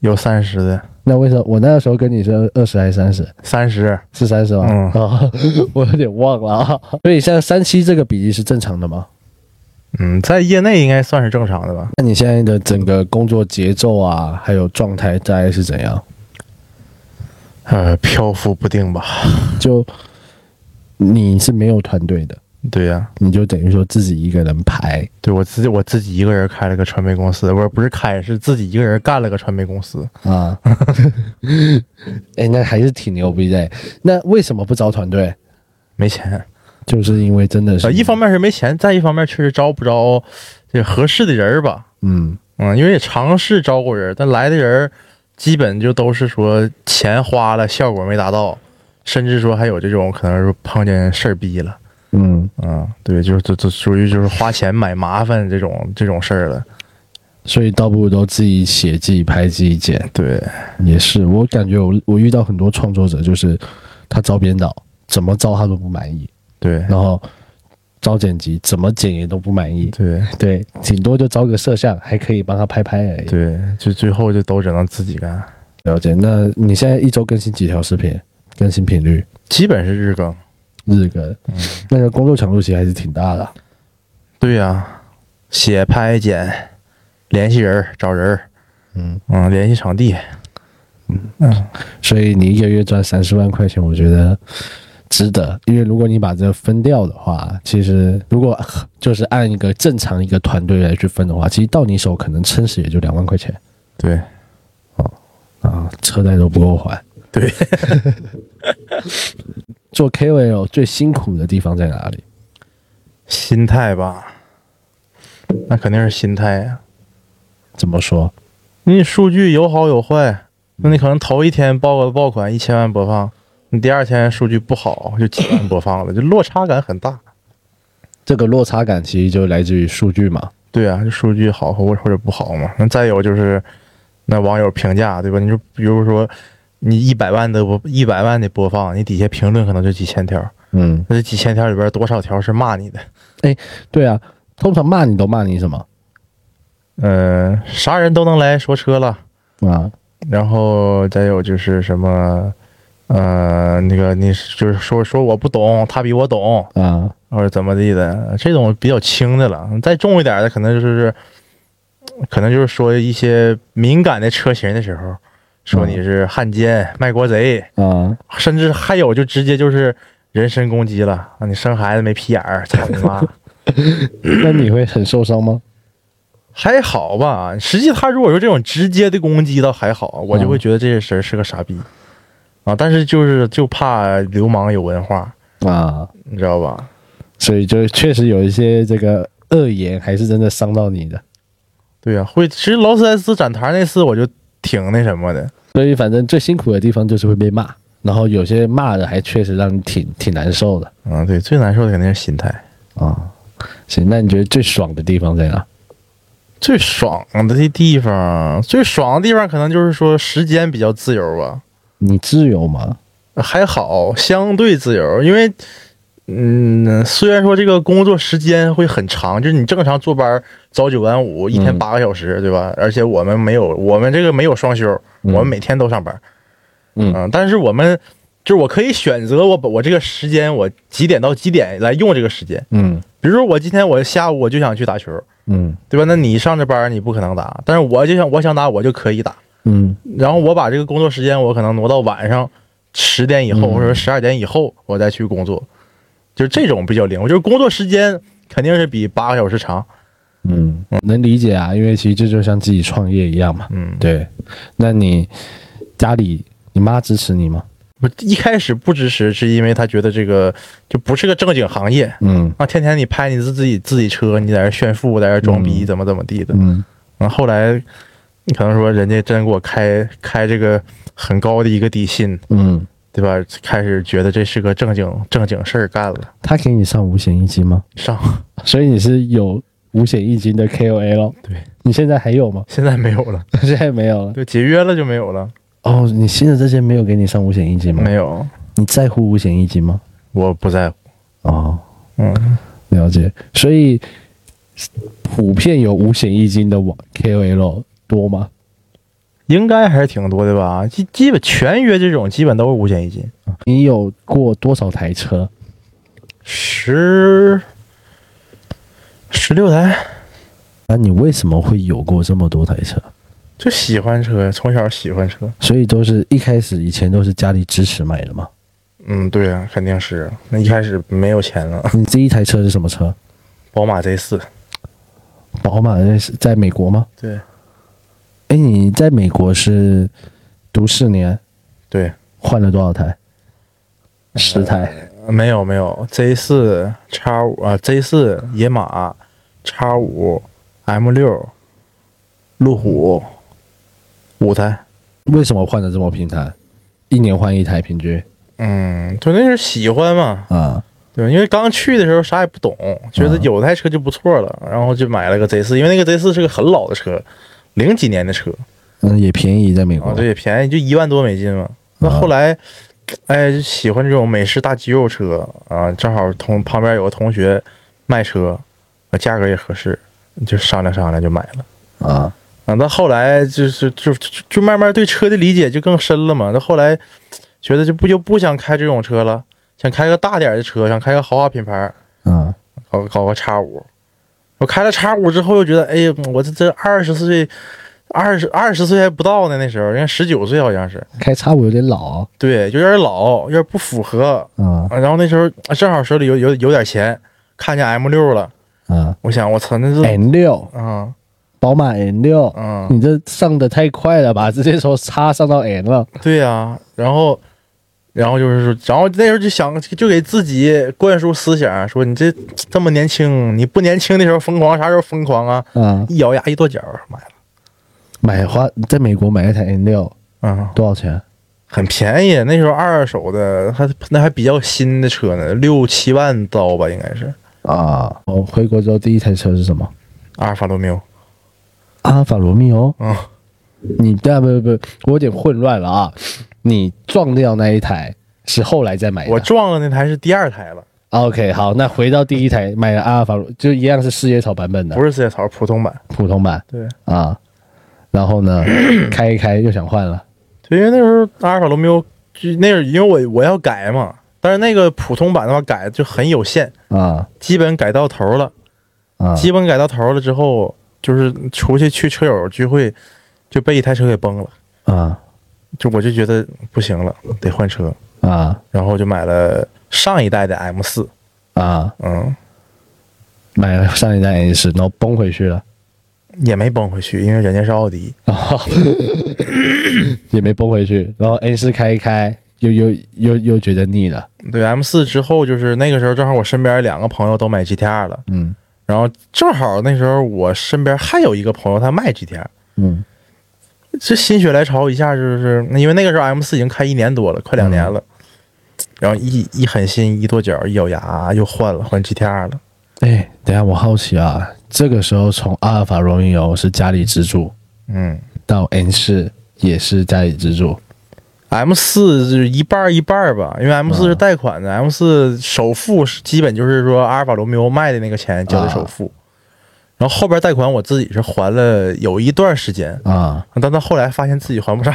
S2: 有三十的，
S1: 那为什么我那个时候跟你说二十还是三十？
S2: 三十
S1: 是三十吗？
S2: 嗯
S1: 哦， 我有点忘了啊。所以像三七这个比例是正常的吗？
S2: 嗯，在业内应该算是正常的吧。
S1: 那你现在的整个工作节奏啊，还有状态大概是怎样？
S2: 呃，漂浮不定吧？
S1: 就你是没有团队的，
S2: 对呀、
S1: 你就等于说自己一个人排。
S2: 对我自己我自己一个人开了个传媒公司，不是不是开，是自己一个人干了个传媒公司。
S1: 啊，哎，那还是挺牛逼的欸。那为什么不招团队？
S2: 没钱，
S1: 就是因为真的是，
S2: 呃，一方面是没钱，再一方面确实招不着这合适的人儿吧。
S1: 嗯，
S2: 嗯，因为也尝试招过人儿，但来的人儿基本就都是说钱花了，效果没达到，甚至说还有这种可能是碰见事儿逼了。
S1: 嗯，
S2: 嗯，对，就是这这属于就是花钱买麻烦这种这种事儿了。
S1: 所以倒不如都自己写、自己拍、自己剪。
S2: 对，
S1: 也是，我感觉我我遇到很多创作者，就是他招编导，怎么招他都不满意，
S2: 对，
S1: 然后招剪辑，怎么剪也都不满意。
S2: 对，
S1: 对，顶多就招个摄像，还可以帮他拍拍而已。
S2: 对，就最后就都只能自己干，
S1: 了解。那你现在一周更新几条视频？更新频率
S2: 基本是日更。
S1: 日更，
S2: 嗯
S1: 那个工作强度其实还是挺大的。
S2: 对呀、写拍剪，联系人儿找人儿，
S1: 嗯，
S2: 嗯，联系场地，
S1: 所以你一个月赚三十万块钱，我觉得值得。因为如果你把这分掉的话，其实如果就是按一个正常一个团队来去分的话，其实到你手可能撑死也就两万块钱
S2: 对
S1: 啊，车贷都不够还。
S2: 对，
S1: 做 KOL 最辛苦的地方在哪里？
S2: 心态吧，那肯定是心态呀、
S1: 怎么说？
S2: 你数据有好有坏，那你可能头一天爆个爆款一千万播放，你第二天数据不好就几万播放了，就落差感很大。
S1: 这个落差感其实就来自于数据嘛。
S2: 对啊，就数据好或或者不好嘛。那再有就是，那网友评价对吧？你就比如说你一百万的播一百万的播放，你底下评论可能就几千条，
S1: 嗯，
S2: 那这几千条里边多少条是骂你的？
S1: 对啊，通常骂你都骂你什么
S2: 呃，啥人都能来说车了，
S1: 啊？
S2: 然后再有就是什么，呃，那个你就是说说我不懂，他比我懂，
S1: 啊，
S2: 或者怎么地的，这种比较轻的了。再重一点的，可能就是，可能就是说一些敏感的车型的时候，说你是汉奸、卖国贼，
S1: 啊，
S2: 甚至还有就直接就是人身攻击了啊！你生孩子没屁眼儿，操你妈！
S1: 那你会很受伤吗？
S2: 还好吧，实际他如果说这种直接的攻击倒还好，我就会觉得这个人是个傻逼、啊。但是就是就怕流氓有文化，
S1: 啊，
S2: 你知道吧？
S1: 所以就确实有一些这个恶言，还是真的伤到你的。
S2: 对呀、会。其实劳斯莱斯展台那次我就挺那什么的，
S1: 所以反正最辛苦的地方就是会被骂，然后有些骂的还确实让你挺挺难受的
S2: 嗯，对，最难受的肯定是心态。
S1: 啊。行，那你觉得最爽的地方在哪？
S2: 最爽的地方，最爽的地方可能就是说时间比较自由吧，
S1: 你自由吗？
S2: 还好相对自由，因为。嗯，虽然说这个工作时间会很长，就是你正常坐班儿早九晚五，一天
S1: 嗯
S2: 八个小时，对吧？而且我们没有，我们这个没有双休，
S1: 嗯
S2: 我们每天都上班。啊
S1: 嗯
S2: 但是我们就是我可以选择我把我这个时间，我几点到几点来用这个时间。
S1: 嗯
S2: 比如说我今天我下午我就想去打球，
S1: 嗯
S2: 对吧？那你上着班儿你不可能打，但是我就想我想打我就可以打。
S1: 嗯
S2: 然后我把这个工作时间我可能挪到晚上十点以后，
S1: 嗯
S2: 或者说十二点以后，我再去工作，就是这种比较灵活，就是工作时间肯定是比八个小时长。
S1: 嗯，能理解啊，因为其实这就像自己创业一样嘛。
S2: 嗯，
S1: 对，那你家里你妈支持你吗？
S2: 我一开始不支持，是因为他觉得这个就不是个正经行业
S1: 嗯
S2: 啊，天天你拍你自自己自己车，你在这儿炫富，在这儿装逼，
S1: 嗯
S2: 怎么怎么地的。
S1: 嗯
S2: 然后后来可能说人家真给我开开这个很高的一个底薪，
S1: 嗯，
S2: 对吧？开始觉得这是个正经正经事儿干了，
S1: 她给你上五险一金吗？
S2: 上
S1: 所以你是有五险一金的 KOL 咯
S2: 对，
S1: 你现在还有吗？
S2: 现在没有了。
S1: 现在没有了。
S2: 对，解约了就没有了。
S1: 哦，你新的这些没有给你上五险一金吗？
S2: 没有，
S1: 你在乎五险一金吗？
S2: 我不在乎。
S1: 哦，
S2: 嗯，
S1: 了解。所以普遍有五险一金的网 KOL 多吗？
S2: 应该还是挺多的吧？基基本全约这种，基本都是五险一金。
S1: 你有过多少台车？
S2: 十十六台，
S1: 那你为什么会有过这么多台车？
S2: 就喜欢车，从小喜欢车。
S1: 所以都是一开始以前都是家里支持买的嘛。
S2: 嗯，对啊，肯定是。那一开始没有钱了，
S1: 你第一台车是什么车？
S2: 宝马 Z 四。
S1: 宝马是在美国吗？
S2: 对
S1: 哎，你在美国是读四年，
S2: 对，
S1: 换了多少台？十台。
S2: 呃没有没有，Z 四 X 五啊，Z 四野马，X 五 M 六，路虎，五台。
S1: 为什么换的这么频繁？一年换一台平均
S2: 嗯，就那是喜欢嘛，
S1: 啊？
S2: 对，因为刚去的时候啥也不懂，觉得
S1: 嗯
S2: 有台车就不错了，然后就买了个 Z 四，因为那个 Z 四是个很老的车，零几年的车
S1: 嗯，也便宜，在美国。
S2: 啊，对，也便宜，就一万多美金嘛。那后来，哎，就喜欢这种美式大肌肉车啊，正好同旁边有个同学卖车，啊价格也合适，就商量商量就买了。
S1: 啊，
S2: 啊，那后来就是就就就慢慢对车的理解就更深了嘛。那后来觉得就不就不想开这种车了，想开个大点儿的车，想开个豪华品牌，
S1: 啊，
S2: 搞搞个叉五。我开了叉五之后，又觉得，哎呀，我这这二十岁，二十二十岁还不到呢，那时候，人家十九岁好像是，
S1: 开叉五有点老啊
S2: 对，有点老，有点不符合。
S1: 啊
S2: 啊然后那时候啊正好手里有有有点钱，看见 M 六了，
S1: 啊
S2: 我想，我操，那是，
S1: ！N 六，
S2: 啊
S1: 宝马 N 六，
S2: 啊，
S1: 你这上的太快了吧？ 直接从叉上到 N 了。
S2: 对呀、然后，然后就是说，然后那时候就想，就给自己灌输思想，啊说你这这么年轻，你不年轻的时候疯狂，啥时候疯狂啊？
S1: 啊，
S2: 一咬牙一跺脚买了，
S1: 买花在美国买一台 N 六
S2: 嗯，
S1: 多少钱？
S2: 很便宜，那时候二手的，还那还比较新的车呢，六七万刀吧，应该是
S1: 啊，我回国之后第一台车是什么？
S2: 阿尔法罗密欧，
S1: 阿尔法罗密欧。
S2: 嗯，
S1: 你但不不，我有点混乱了啊！你撞掉那一台是后来再买的。
S2: 我撞了那台是第二台了，
S1: OK，好，那回到第一台买哎了阿尔法罗，就一样是四叶草版本的
S2: 不是四叶草，普通版，
S1: 普通版
S2: 对，
S1: 啊。然后呢，开一开又想换了，
S2: 对，因为那时候阿尔法罗密欧，就那是因为我我要改嘛，但是那个普通版的话改就很有限，
S1: 啊
S2: 基本改到头了，
S1: 啊
S2: 基本改到头了之后，就是出去去车友聚会，就被一台车给崩了，
S1: 啊
S2: 就我就觉得不行了，得换车，
S1: 啊
S2: 然后就买了上一代的 M 四，
S1: 啊！
S2: 嗯，
S1: 买了上一代 A 四，然后崩回去了，
S2: 也没崩回去，因为人家是奥迪，
S1: 然后 也没崩回去，然后 A 四开一开，又又又又觉得腻了，
S2: 对 M 四之后就是那个时候正好我身边两个朋友都买 GTR 了，
S1: 嗯
S2: 然后正好那时候我身边还有一个朋友他卖 GTR。
S1: 嗯
S2: 这心血来潮一下就是，因为那个时候 M 四已经开一年多了，快两年了，然后一一狠心一跺脚一咬牙又换了，换 GTR 了。
S1: 哎，等一下我好奇啊，这个时候从阿尔法罗密欧是家里支柱，
S2: 嗯
S1: 到 N 四也是家里支柱，
S2: ，M 四就是一半儿一半儿吧，因为 M 四是贷款的、m 四首付是基本就是说阿尔法罗密欧卖的那个钱交的首付，然后后边贷款我自己是还了有一段时间，
S1: 啊，
S2: 但到后来发现自己还不上，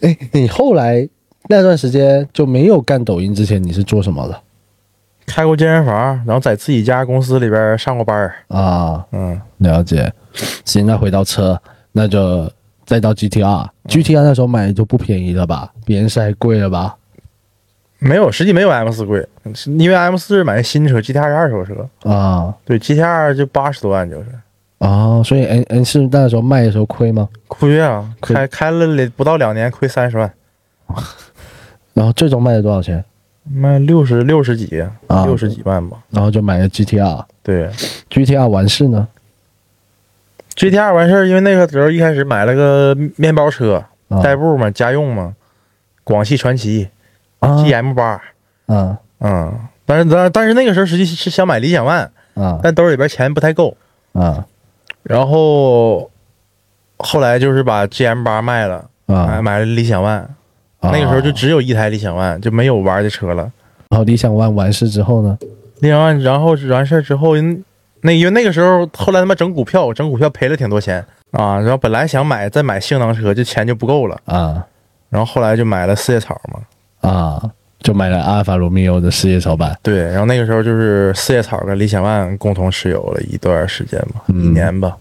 S1: 哎，你后来那段时间就没有干抖音之前，你是做什么的
S2: 开过健身房，然后在自己家公司里边上过班儿，
S1: 啊？
S2: 嗯。
S1: 了解。行，那回到车，那就再到 GTR。GTR 那时候买就不便宜了吧？比 N 四还贵了吧？
S2: 没有，实际没有 M 四贵，是因为 M 四是买的新车，GTR 是二手车。
S1: 啊
S2: 对，GTR 就八十多万，就是
S1: 啊，所以 N N 四那时候卖的时候亏吗？
S2: 亏啊，
S1: 亏
S2: 开开了两不到两年，亏三十万，
S1: 然后最终卖了多少钱？
S2: 卖六十六十几，
S1: 啊
S2: 六十几万吧。
S1: 然后就买了 GTR。
S2: 对
S1: GTR 完事呢？
S2: ，GTR 完事儿，因为那个时候一开始买了个面包车，
S1: 啊
S2: 代步嘛，家用嘛，广汽传祺
S1: 啊
S2: GM 八，
S1: 啊
S2: 嗯，但是但但是那个时候实际是想买理想 ONE，
S1: 啊
S2: 但兜里边钱不太够，
S1: 啊
S2: 然后后来就是把 GM 八卖了，买
S1: 啊！
S2: 买了理想 ONE。那个时候就只有一台理想 ONE，就没有玩的车了。
S1: 然后理想 ONE 完事之后呢？
S2: 理想 ONE，然后完事儿之后，嗯那因为那个时候后来他妈整股票，整股票赔了挺多钱啊。然后本来想买再买性能车，就钱就不够了。
S1: 啊
S2: 然后后来就买了四叶草嘛，
S1: 啊，就买了阿尔法罗密欧的事业手版。
S2: 对。然后那个时候就是四叶草跟理想 ONE 共同持有了一段时间吧，
S1: 嗯
S2: 一年吧。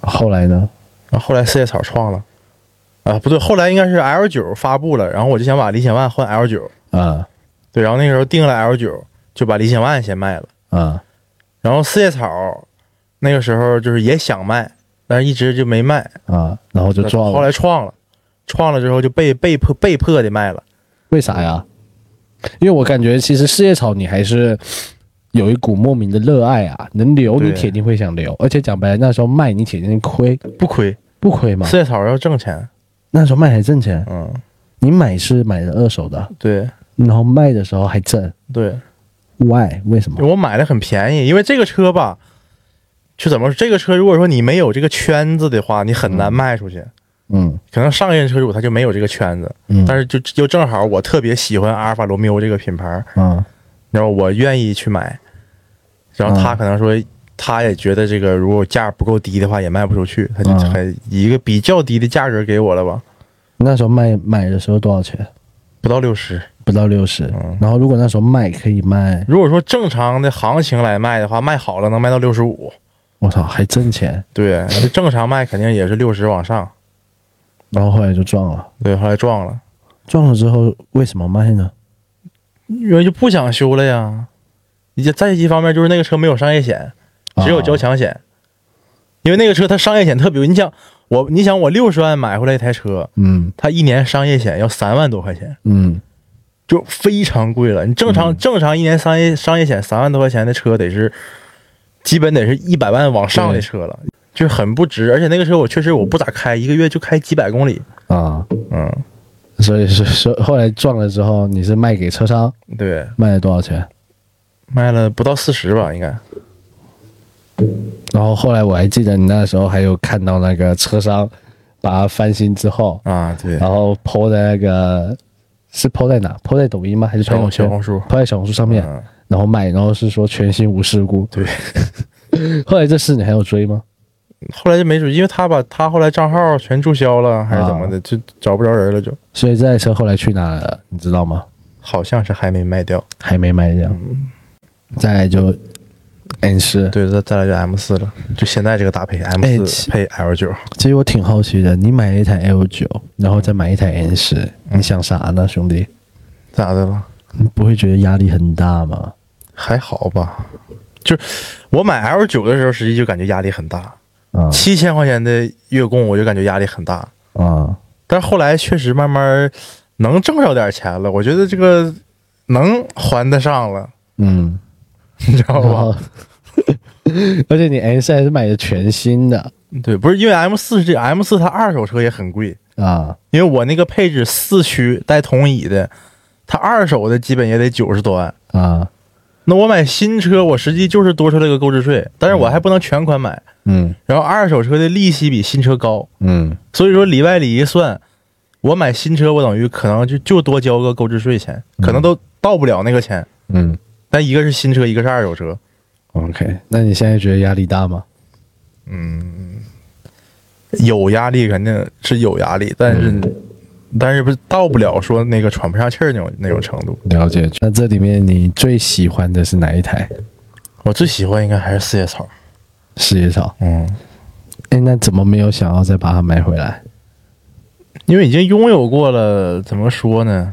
S1: 后来呢？
S2: 然后后来四叶草创了，啊不对，后来应该是 L 九发布了，然后我就想把理想 ONE 换 L 九，
S1: 啊
S2: 对。然后那个时候定了 L 九，就把理想 ONE 先卖了。
S1: 啊
S2: 然后四叶草那个时候就是也想卖，但是一直就没卖，
S1: 啊！然后就撞
S2: 后
S1: 了。
S2: 来创了，创了之后就被被迫被迫的卖了。
S1: 为啥呀？因为我感觉其实四叶草你还是有一股莫名的热爱啊，能留
S2: 对
S1: 你铁定会想留，而且讲白了那时候卖你铁定亏，
S2: 不亏，
S1: 不亏嘛？
S2: 四叶草要挣钱，
S1: 那时候卖还挣钱，
S2: 嗯，
S1: 你买是买的二手的，
S2: 对
S1: 然后卖的时候还挣
S2: 对，
S1: ，why？为什么？
S2: 我买的很便宜，因为这个车吧，就怎么说，这个车如果说你没有这个圈子的话，你很难卖出去。
S1: 嗯
S2: 可能上一任车主他就没有这个圈子，
S1: 嗯，
S2: 但是就就正好我特别喜欢阿尔法罗密欧这个品牌，
S1: 啊
S2: 然后我愿意去买，然后他
S1: 嗯
S2: 可能说，他也觉得这个如果价不够低的话也卖不出去，他就
S1: 嗯
S2: 还以一个比较低的价格给我了吧，
S1: 那时候卖买的时候多少钱？
S2: 不到六十。
S1: 不到六十、
S2: 嗯
S1: 然后如果那时候卖可以卖，
S2: 如果说正常的行情来卖的话，卖好了能卖到六十五，
S1: 我操，还挣钱。
S2: 对，就正常卖肯定也是六十往上。
S1: 然后后来就撞了，
S2: 对，后来撞了，
S1: 撞了之后为什么卖呢？
S2: 因为就不想修了呀。也再一方面就是那个车没有商业险，只有交强险，因为那个车它商业险特别，你想我，你想我六十万买回来一台车，
S1: 嗯
S2: 它一年商业险要三万多块钱。
S1: 嗯
S2: 就非常贵了。你正常、正常一年商业商业险三万多块钱的车，得是基本得是一百万往上的车了，就是很不值。而且那个车我确实我不咋开，一个月就开几百公里。
S1: 啊，
S2: 嗯，
S1: 所以说说后来撞了之后，你是卖给车商，
S2: 对，
S1: 卖了多少钱？
S2: 卖了不到四十吧，应该。
S1: 然后后来我还记得你那时候还有看到那个车商把它翻新之后，
S2: 啊，对，
S1: 然后 PO 在那个是 PO 在哪？PO 在抖音吗？还是
S2: 小
S1: 朋友
S2: 红小
S1: 圈
S2: 红书。
S1: ？PO 在小红书上面，
S2: 嗯，
S1: 然后卖，然后是说全新无事故。
S2: 对，
S1: 后来这事你还有追吗？
S2: 后来就没主，因为他把他后来账号全注销了，还是怎么的，就找不着人了就，
S1: 所以这台车后来去哪了，你知道吗？
S2: 好像是还没卖掉。
S1: 还没卖掉。
S2: 嗯
S1: 再来就 N 四，
S2: 对，再再来就 M 四了，就现在这个搭配 M
S1: 哎
S2: 四
S1: 其
S2: 配 L 九，
S1: 其实我挺好奇的，你买了一台 L 九，然后再买一台 N 十，你想啥呢，兄弟？
S2: 咋的了？
S1: 你不会觉得压力很大吗？
S2: 还好吧？就是我买 L 九的时候，实际就感觉压力很大，
S1: 啊
S2: 七千块钱的月供我就感觉压力很大，
S1: 啊，
S2: 但是后来确实慢慢能挣着点钱了，我觉得这个能还得上了，
S1: 嗯，
S2: 你知道
S1: 然后
S2: 吧？，
S1: 而且你 N 四还是买的全新的
S2: 对，不是因为 M 四是这 M 四它二手车也很贵，
S1: 啊，
S2: 因为我那个配置四驱带同椅的，它二手的基本也得九十多万。
S1: 啊，
S2: 那我买新车，我实际就是多出来个购置税，但是我还不能全款买，
S1: 嗯
S2: 然后二手车的利息比新车高，
S1: 嗯
S2: 所以说里外里一算，我买新车我等于可能就就多交个购置税钱，可能都到不了那个钱。
S1: 嗯
S2: 但一个是新车，一个是二手车，
S1: ，OK，那你现在觉得压力大吗？
S2: 有压力肯定是有压力，但是、但是不是到不了说那个喘不上气儿那种那种程度。
S1: 了解。那这里面你最喜欢的是哪一台？
S2: 我最喜欢应该还是四叶草，
S1: 四叶草。
S2: 嗯，
S1: 哎，那怎么没有想要再把它买回来？
S2: 因为已经拥有过了，怎么说呢？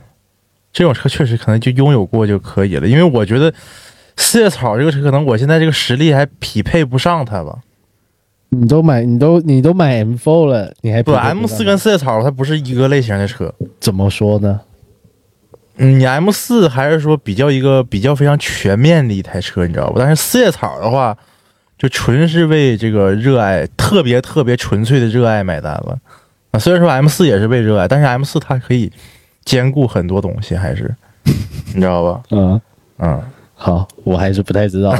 S2: 这种车确实可能就拥有过就可以了，因为我觉得四叶草这个车，可能我现在这个实力还匹配不上它吧。
S1: 你都买，你都你都买 M4 了，你还
S2: 不
S1: 匹配
S2: ，M
S1: 不
S2: 四
S1: 上
S2: 跟四叶草它不是一个类型的车。
S1: 怎么说呢？
S2: 嗯，你 M 四还是说比较一个比较非常全面的一台车，你知道吧？但是四叶草的话，就纯是为这个热爱，特别特别纯粹的热爱买单了。啊，虽然说 M 四也是为热爱，但是 M 四它可以兼顾很多东西，还是你知道吧？
S1: 嗯，
S2: 嗯，
S1: 好，我还是不太知道。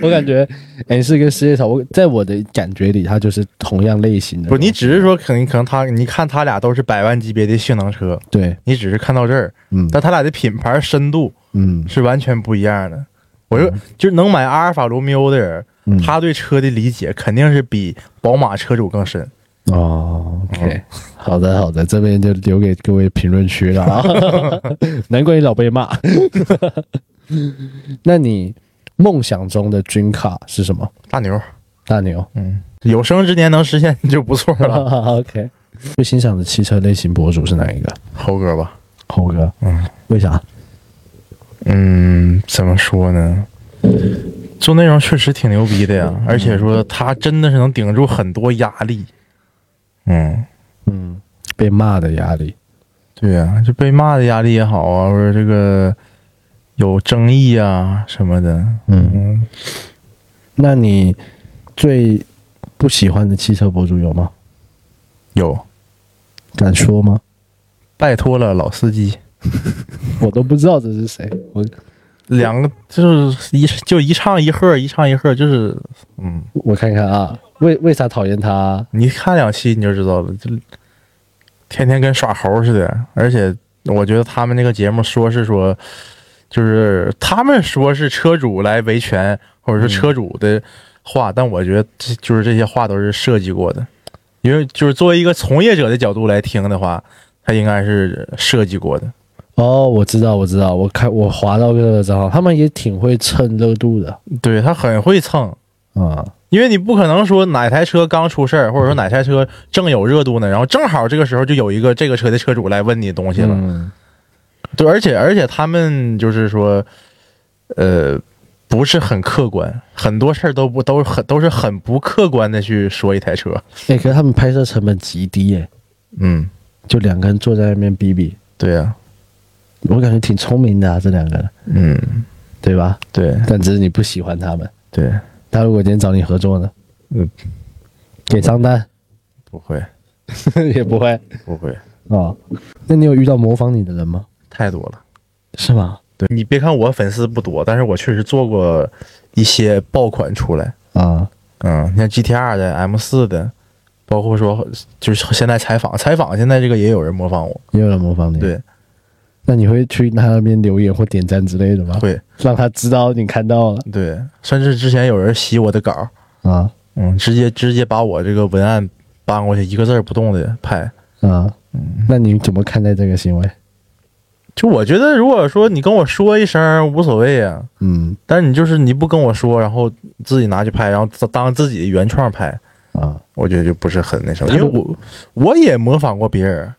S1: 我感觉 M 四跟四叶草，我在我的感觉里，它就是同样类型的
S2: 不，
S1: 东西。
S2: 你只是说可能可能它，你看它俩都是百万级别的性能车，
S1: 对，
S2: 你只是看到这儿，
S1: 嗯
S2: 但它俩的品牌深度
S1: 嗯
S2: 是完全不一样的。我说，就是能买阿尔法罗密欧的人，
S1: 嗯，
S2: 他对车的理解肯定是比宝马车主更深。
S1: 哦，OK，好的好的，这边就留给各位评论区了 啊。难怪你老被骂。 那你梦想中的 dream car 是什么？
S2: 大牛，
S1: 大牛
S2: 嗯，有生之年能实现就不错 了。
S1: ，OK。最欣赏的汽车类型博主是哪一个？
S2: 猴哥吧，
S1: 猴哥，
S2: 嗯
S1: 为啥？
S2: 嗯，怎么说呢？做内容确实挺牛逼的呀，而且说他真的是能顶住很多压力。嗯，
S1: 嗯，被骂的压力。
S2: 对呀、就被骂的压力也好啊，或者这个有争议啊什么的。
S1: 嗯，
S2: 嗯，
S1: 那你最不喜欢的汽车博主有吗？
S2: 有，
S1: 敢说吗？
S2: 拜托了，老司机。
S1: 我都不知道这是谁。我
S2: 两个就是一就一唱一和，一唱一和，就是嗯，
S1: 我看看啊，为为啥讨厌他啊、
S2: 你看两期你就知道了，就天天跟耍猴似的。而且我觉得他们那个节目说是说，就是他们说是车主来维权，或者说车主的话，但我觉得这就是这些话都是设计过的，因为就是作为一个从业者的角度来听的话，他应该是设计过的。
S1: 哦，我知道，我知道，我看我滑到这个账号，他们也挺会蹭热度的
S2: 对他很会蹭，
S1: 啊、
S2: 因为你不可能说哪台车刚出事儿，或者说哪台车正有热度呢，然后正好这个时候就有一个这个车的车主来问你东西了。
S1: 嗯
S2: 对，而且而且他们就是说，呃，不是很客观，很多事儿都不都很都是很不客观的去说一台车。
S1: 哎、可是他们拍摄成本极低哎、
S2: 嗯，
S1: 就两个人坐在那边比比，
S2: 对啊呀、
S1: 我感觉挺聪明的啊，这两个人，
S2: 嗯，
S1: 对吧？
S2: 对啊
S1: 但只是你不喜欢他们，
S2: 对，
S1: 他如果今天找你合作呢，
S2: 嗯，
S1: 给账单
S2: 不会
S1: 也不会
S2: 不会，
S1: 哦。那你有遇到模仿你的人吗？
S2: 太多了。
S1: 是吗？
S2: 对你别看我粉丝不多，但是我确实做过一些爆款出来。
S1: 啊，
S2: 嗯，像 GTR 的 M 四的，包括说就是现在采访采访，现在这个也有人模仿我，
S1: 也有人模仿你。，
S2: 对，
S1: 那你会去他那边留言或点赞之类的
S2: 嗯，直接直接把我这个文案搬过去，一个字儿不动的拍。
S1: 啊，那你怎么看待这个行为？
S2: 就我觉得，如果说你跟我说一声无所谓啊，
S1: 嗯
S2: 但是你就是你不跟我说，然后自己拿去拍，然后当当自己的原创拍，
S1: 啊，
S2: 我觉得就不是很那什么，因
S1: 但
S2: 为
S1: 是
S2: 我我也模仿过别人，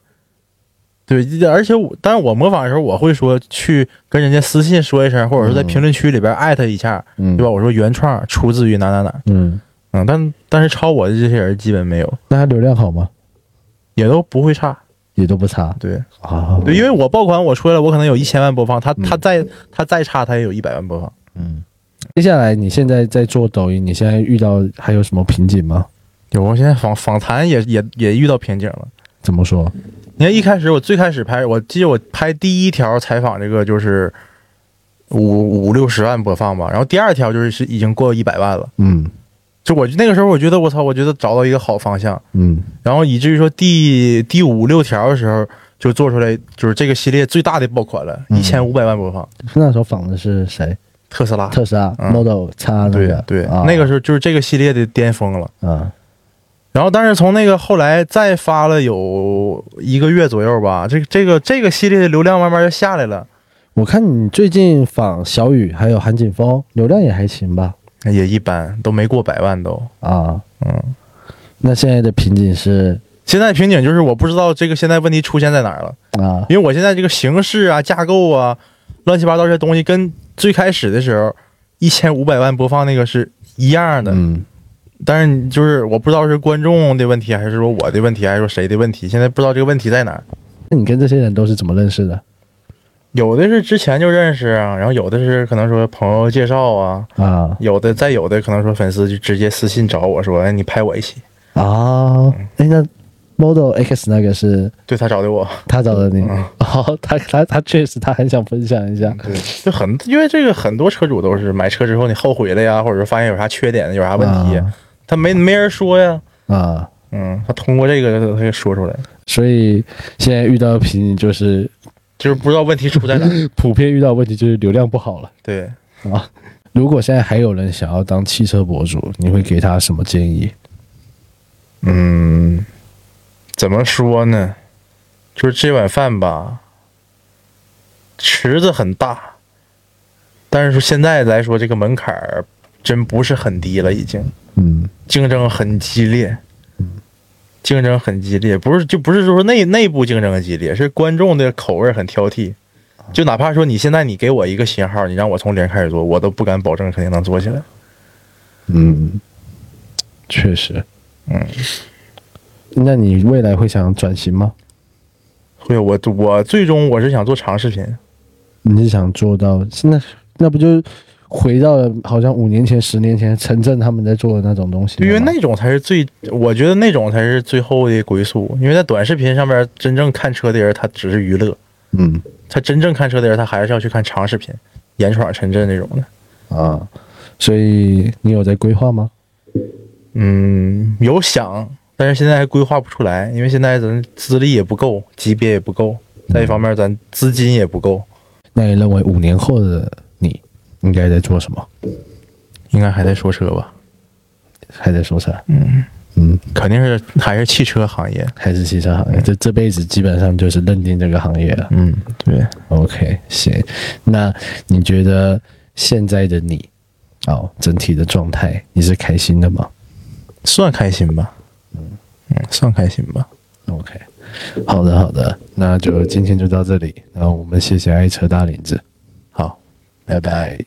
S2: 对，而且我，但是我模仿的时候，我会说去跟人家私信说一声，或者说在
S1: 嗯
S2: 评论区里边艾特一下，
S1: 嗯
S2: 对吧？？我说原创出自于哪哪哪，
S1: 嗯，
S2: 嗯，但但是抄我的这些人基本没有，
S1: 那他流量好吗？
S2: 也都不会差，
S1: 也都不差
S2: 对
S1: 啊。
S2: 对，因为我爆款我出来了，我可能有一千万播放，他
S1: 嗯
S2: 他再他再差，他也有一百万播放。
S1: 嗯，接下来你现在在做抖音，你现在遇到还有什么瓶颈吗？
S2: 有，我现在访访谈也也也遇到瓶颈了。
S1: 怎么说？
S2: 你看一开始我最开始拍，我记得我拍第一条采访这个就是五五六十万播放吧，然后第二条就是是已经过一百万了。
S1: 嗯
S2: 就我那个时候，我觉得我操，我觉得找到一个好方向，
S1: 嗯
S2: 然后以至于说第第五六条的时候就做出来，就是这个系列最大的爆款了，
S1: 嗯
S2: 一千五百万播放，
S1: 那时候仿的是谁？
S2: 特斯拉。
S1: 特斯拉
S2: 嗯
S1: Model X 那
S2: 对
S1: 个，
S2: 对
S1: 啊，
S2: 那个时候就是这个系列的巅峰了。
S1: 啊，
S2: 然后，但是从那个后来再发了有一个月左右吧，这个这个这个系列的流量慢慢就下来了，
S1: 我看你最近仿小雨还有韩景峰，流量也还行吧？
S2: 也一般，都没过百万都。
S1: 啊，
S2: 嗯，
S1: 那现在的瓶颈是
S2: 现在瓶颈就是我不知道这个现在问题出现在哪儿了，
S1: 啊，
S2: 因为我现在这个形式啊、架构啊、乱七八糟这些东西跟最开始的时候一千五百万播放那个是一样的，
S1: 嗯
S2: 但是你就是我不知道是观众的问题，还是说我的问题，还是说谁的问题，现在不知道这个问题在哪儿。
S1: 那你跟这些人都是怎么认识的
S2: 有的是之前就认识啊，然后有的是可能说朋友介绍啊，
S1: 啊
S2: 有的再有的可能说粉丝就直接私信找我说，哎，你拍我一期，
S1: 啊？哎，那 Model X 那个是
S2: 对他找的我。
S1: 他找的你
S2: 嗯？
S1: 哦，他他他确实他很想分享一下
S2: 对，就很因为这个很多车主都是买车之后你后悔了呀，或者说发现有啥缺点、有啥问题，
S1: 啊
S2: 他没没人说呀。
S1: 啊，
S2: 嗯，他通过这个他给说出来，
S1: 所以现在遇到的瓶颈就是
S2: 就是不知道问题出在 哪。
S1: 普遍遇到的问题就是流量不好了
S2: 对，
S1: 啊。如果现在还有人想要当汽车博主，你会给他什么建议？
S2: 嗯，怎么说呢？就是这碗饭吧，池子很大，但是说现在来说这个门槛儿真不是很低了，已经。
S1: 嗯
S2: 竞争很激烈，竞争很激烈，不是就不是说内内部竞争很激烈，是观众的口味很挑剔。就哪怕说你现在你给我一个新号，你让我从零开始做，我都不敢保证肯定能做起来。
S1: 嗯，确实，
S2: 嗯，
S1: 那你未来会想转型吗？
S2: 会，我我最终我是想做长视频，
S1: 你是想做到现在？那不就回到了好像五年前、十年前陈震他们在做的那种东西了
S2: 因
S1: 吗？
S2: 为那种才是最，我觉得那种才是最后的归宿。因为在短视频上面，真正看车的人他只是娱乐，
S1: 嗯
S2: 他真正看车的人他还是要去看长视频，严闯陈震那种的。
S1: 啊，所以你有在规划吗？
S2: 嗯，有想，但是现在还规划不出来，因为现在咱资历也不够，级别也不够，再一方面咱资金也不够，
S1: 那你认为五年后的你应该在做什么？
S2: 应该还在说车吧？
S1: 还在说啥？
S2: 嗯，
S1: 嗯，
S2: 肯定是还是汽车行业。
S1: 还是汽车行业？这这辈子基本上就是认定这个行业了。
S2: 嗯，对，
S1: OK，行。那你觉得现在的你，哦，整体的状态，你是开心的吗
S2: 算开心吧。嗯，算开心吧。
S1: ？OK，好的，好的，那就今天就到这里。那我们谢谢爱车大林子，
S2: 好，
S1: 拜拜。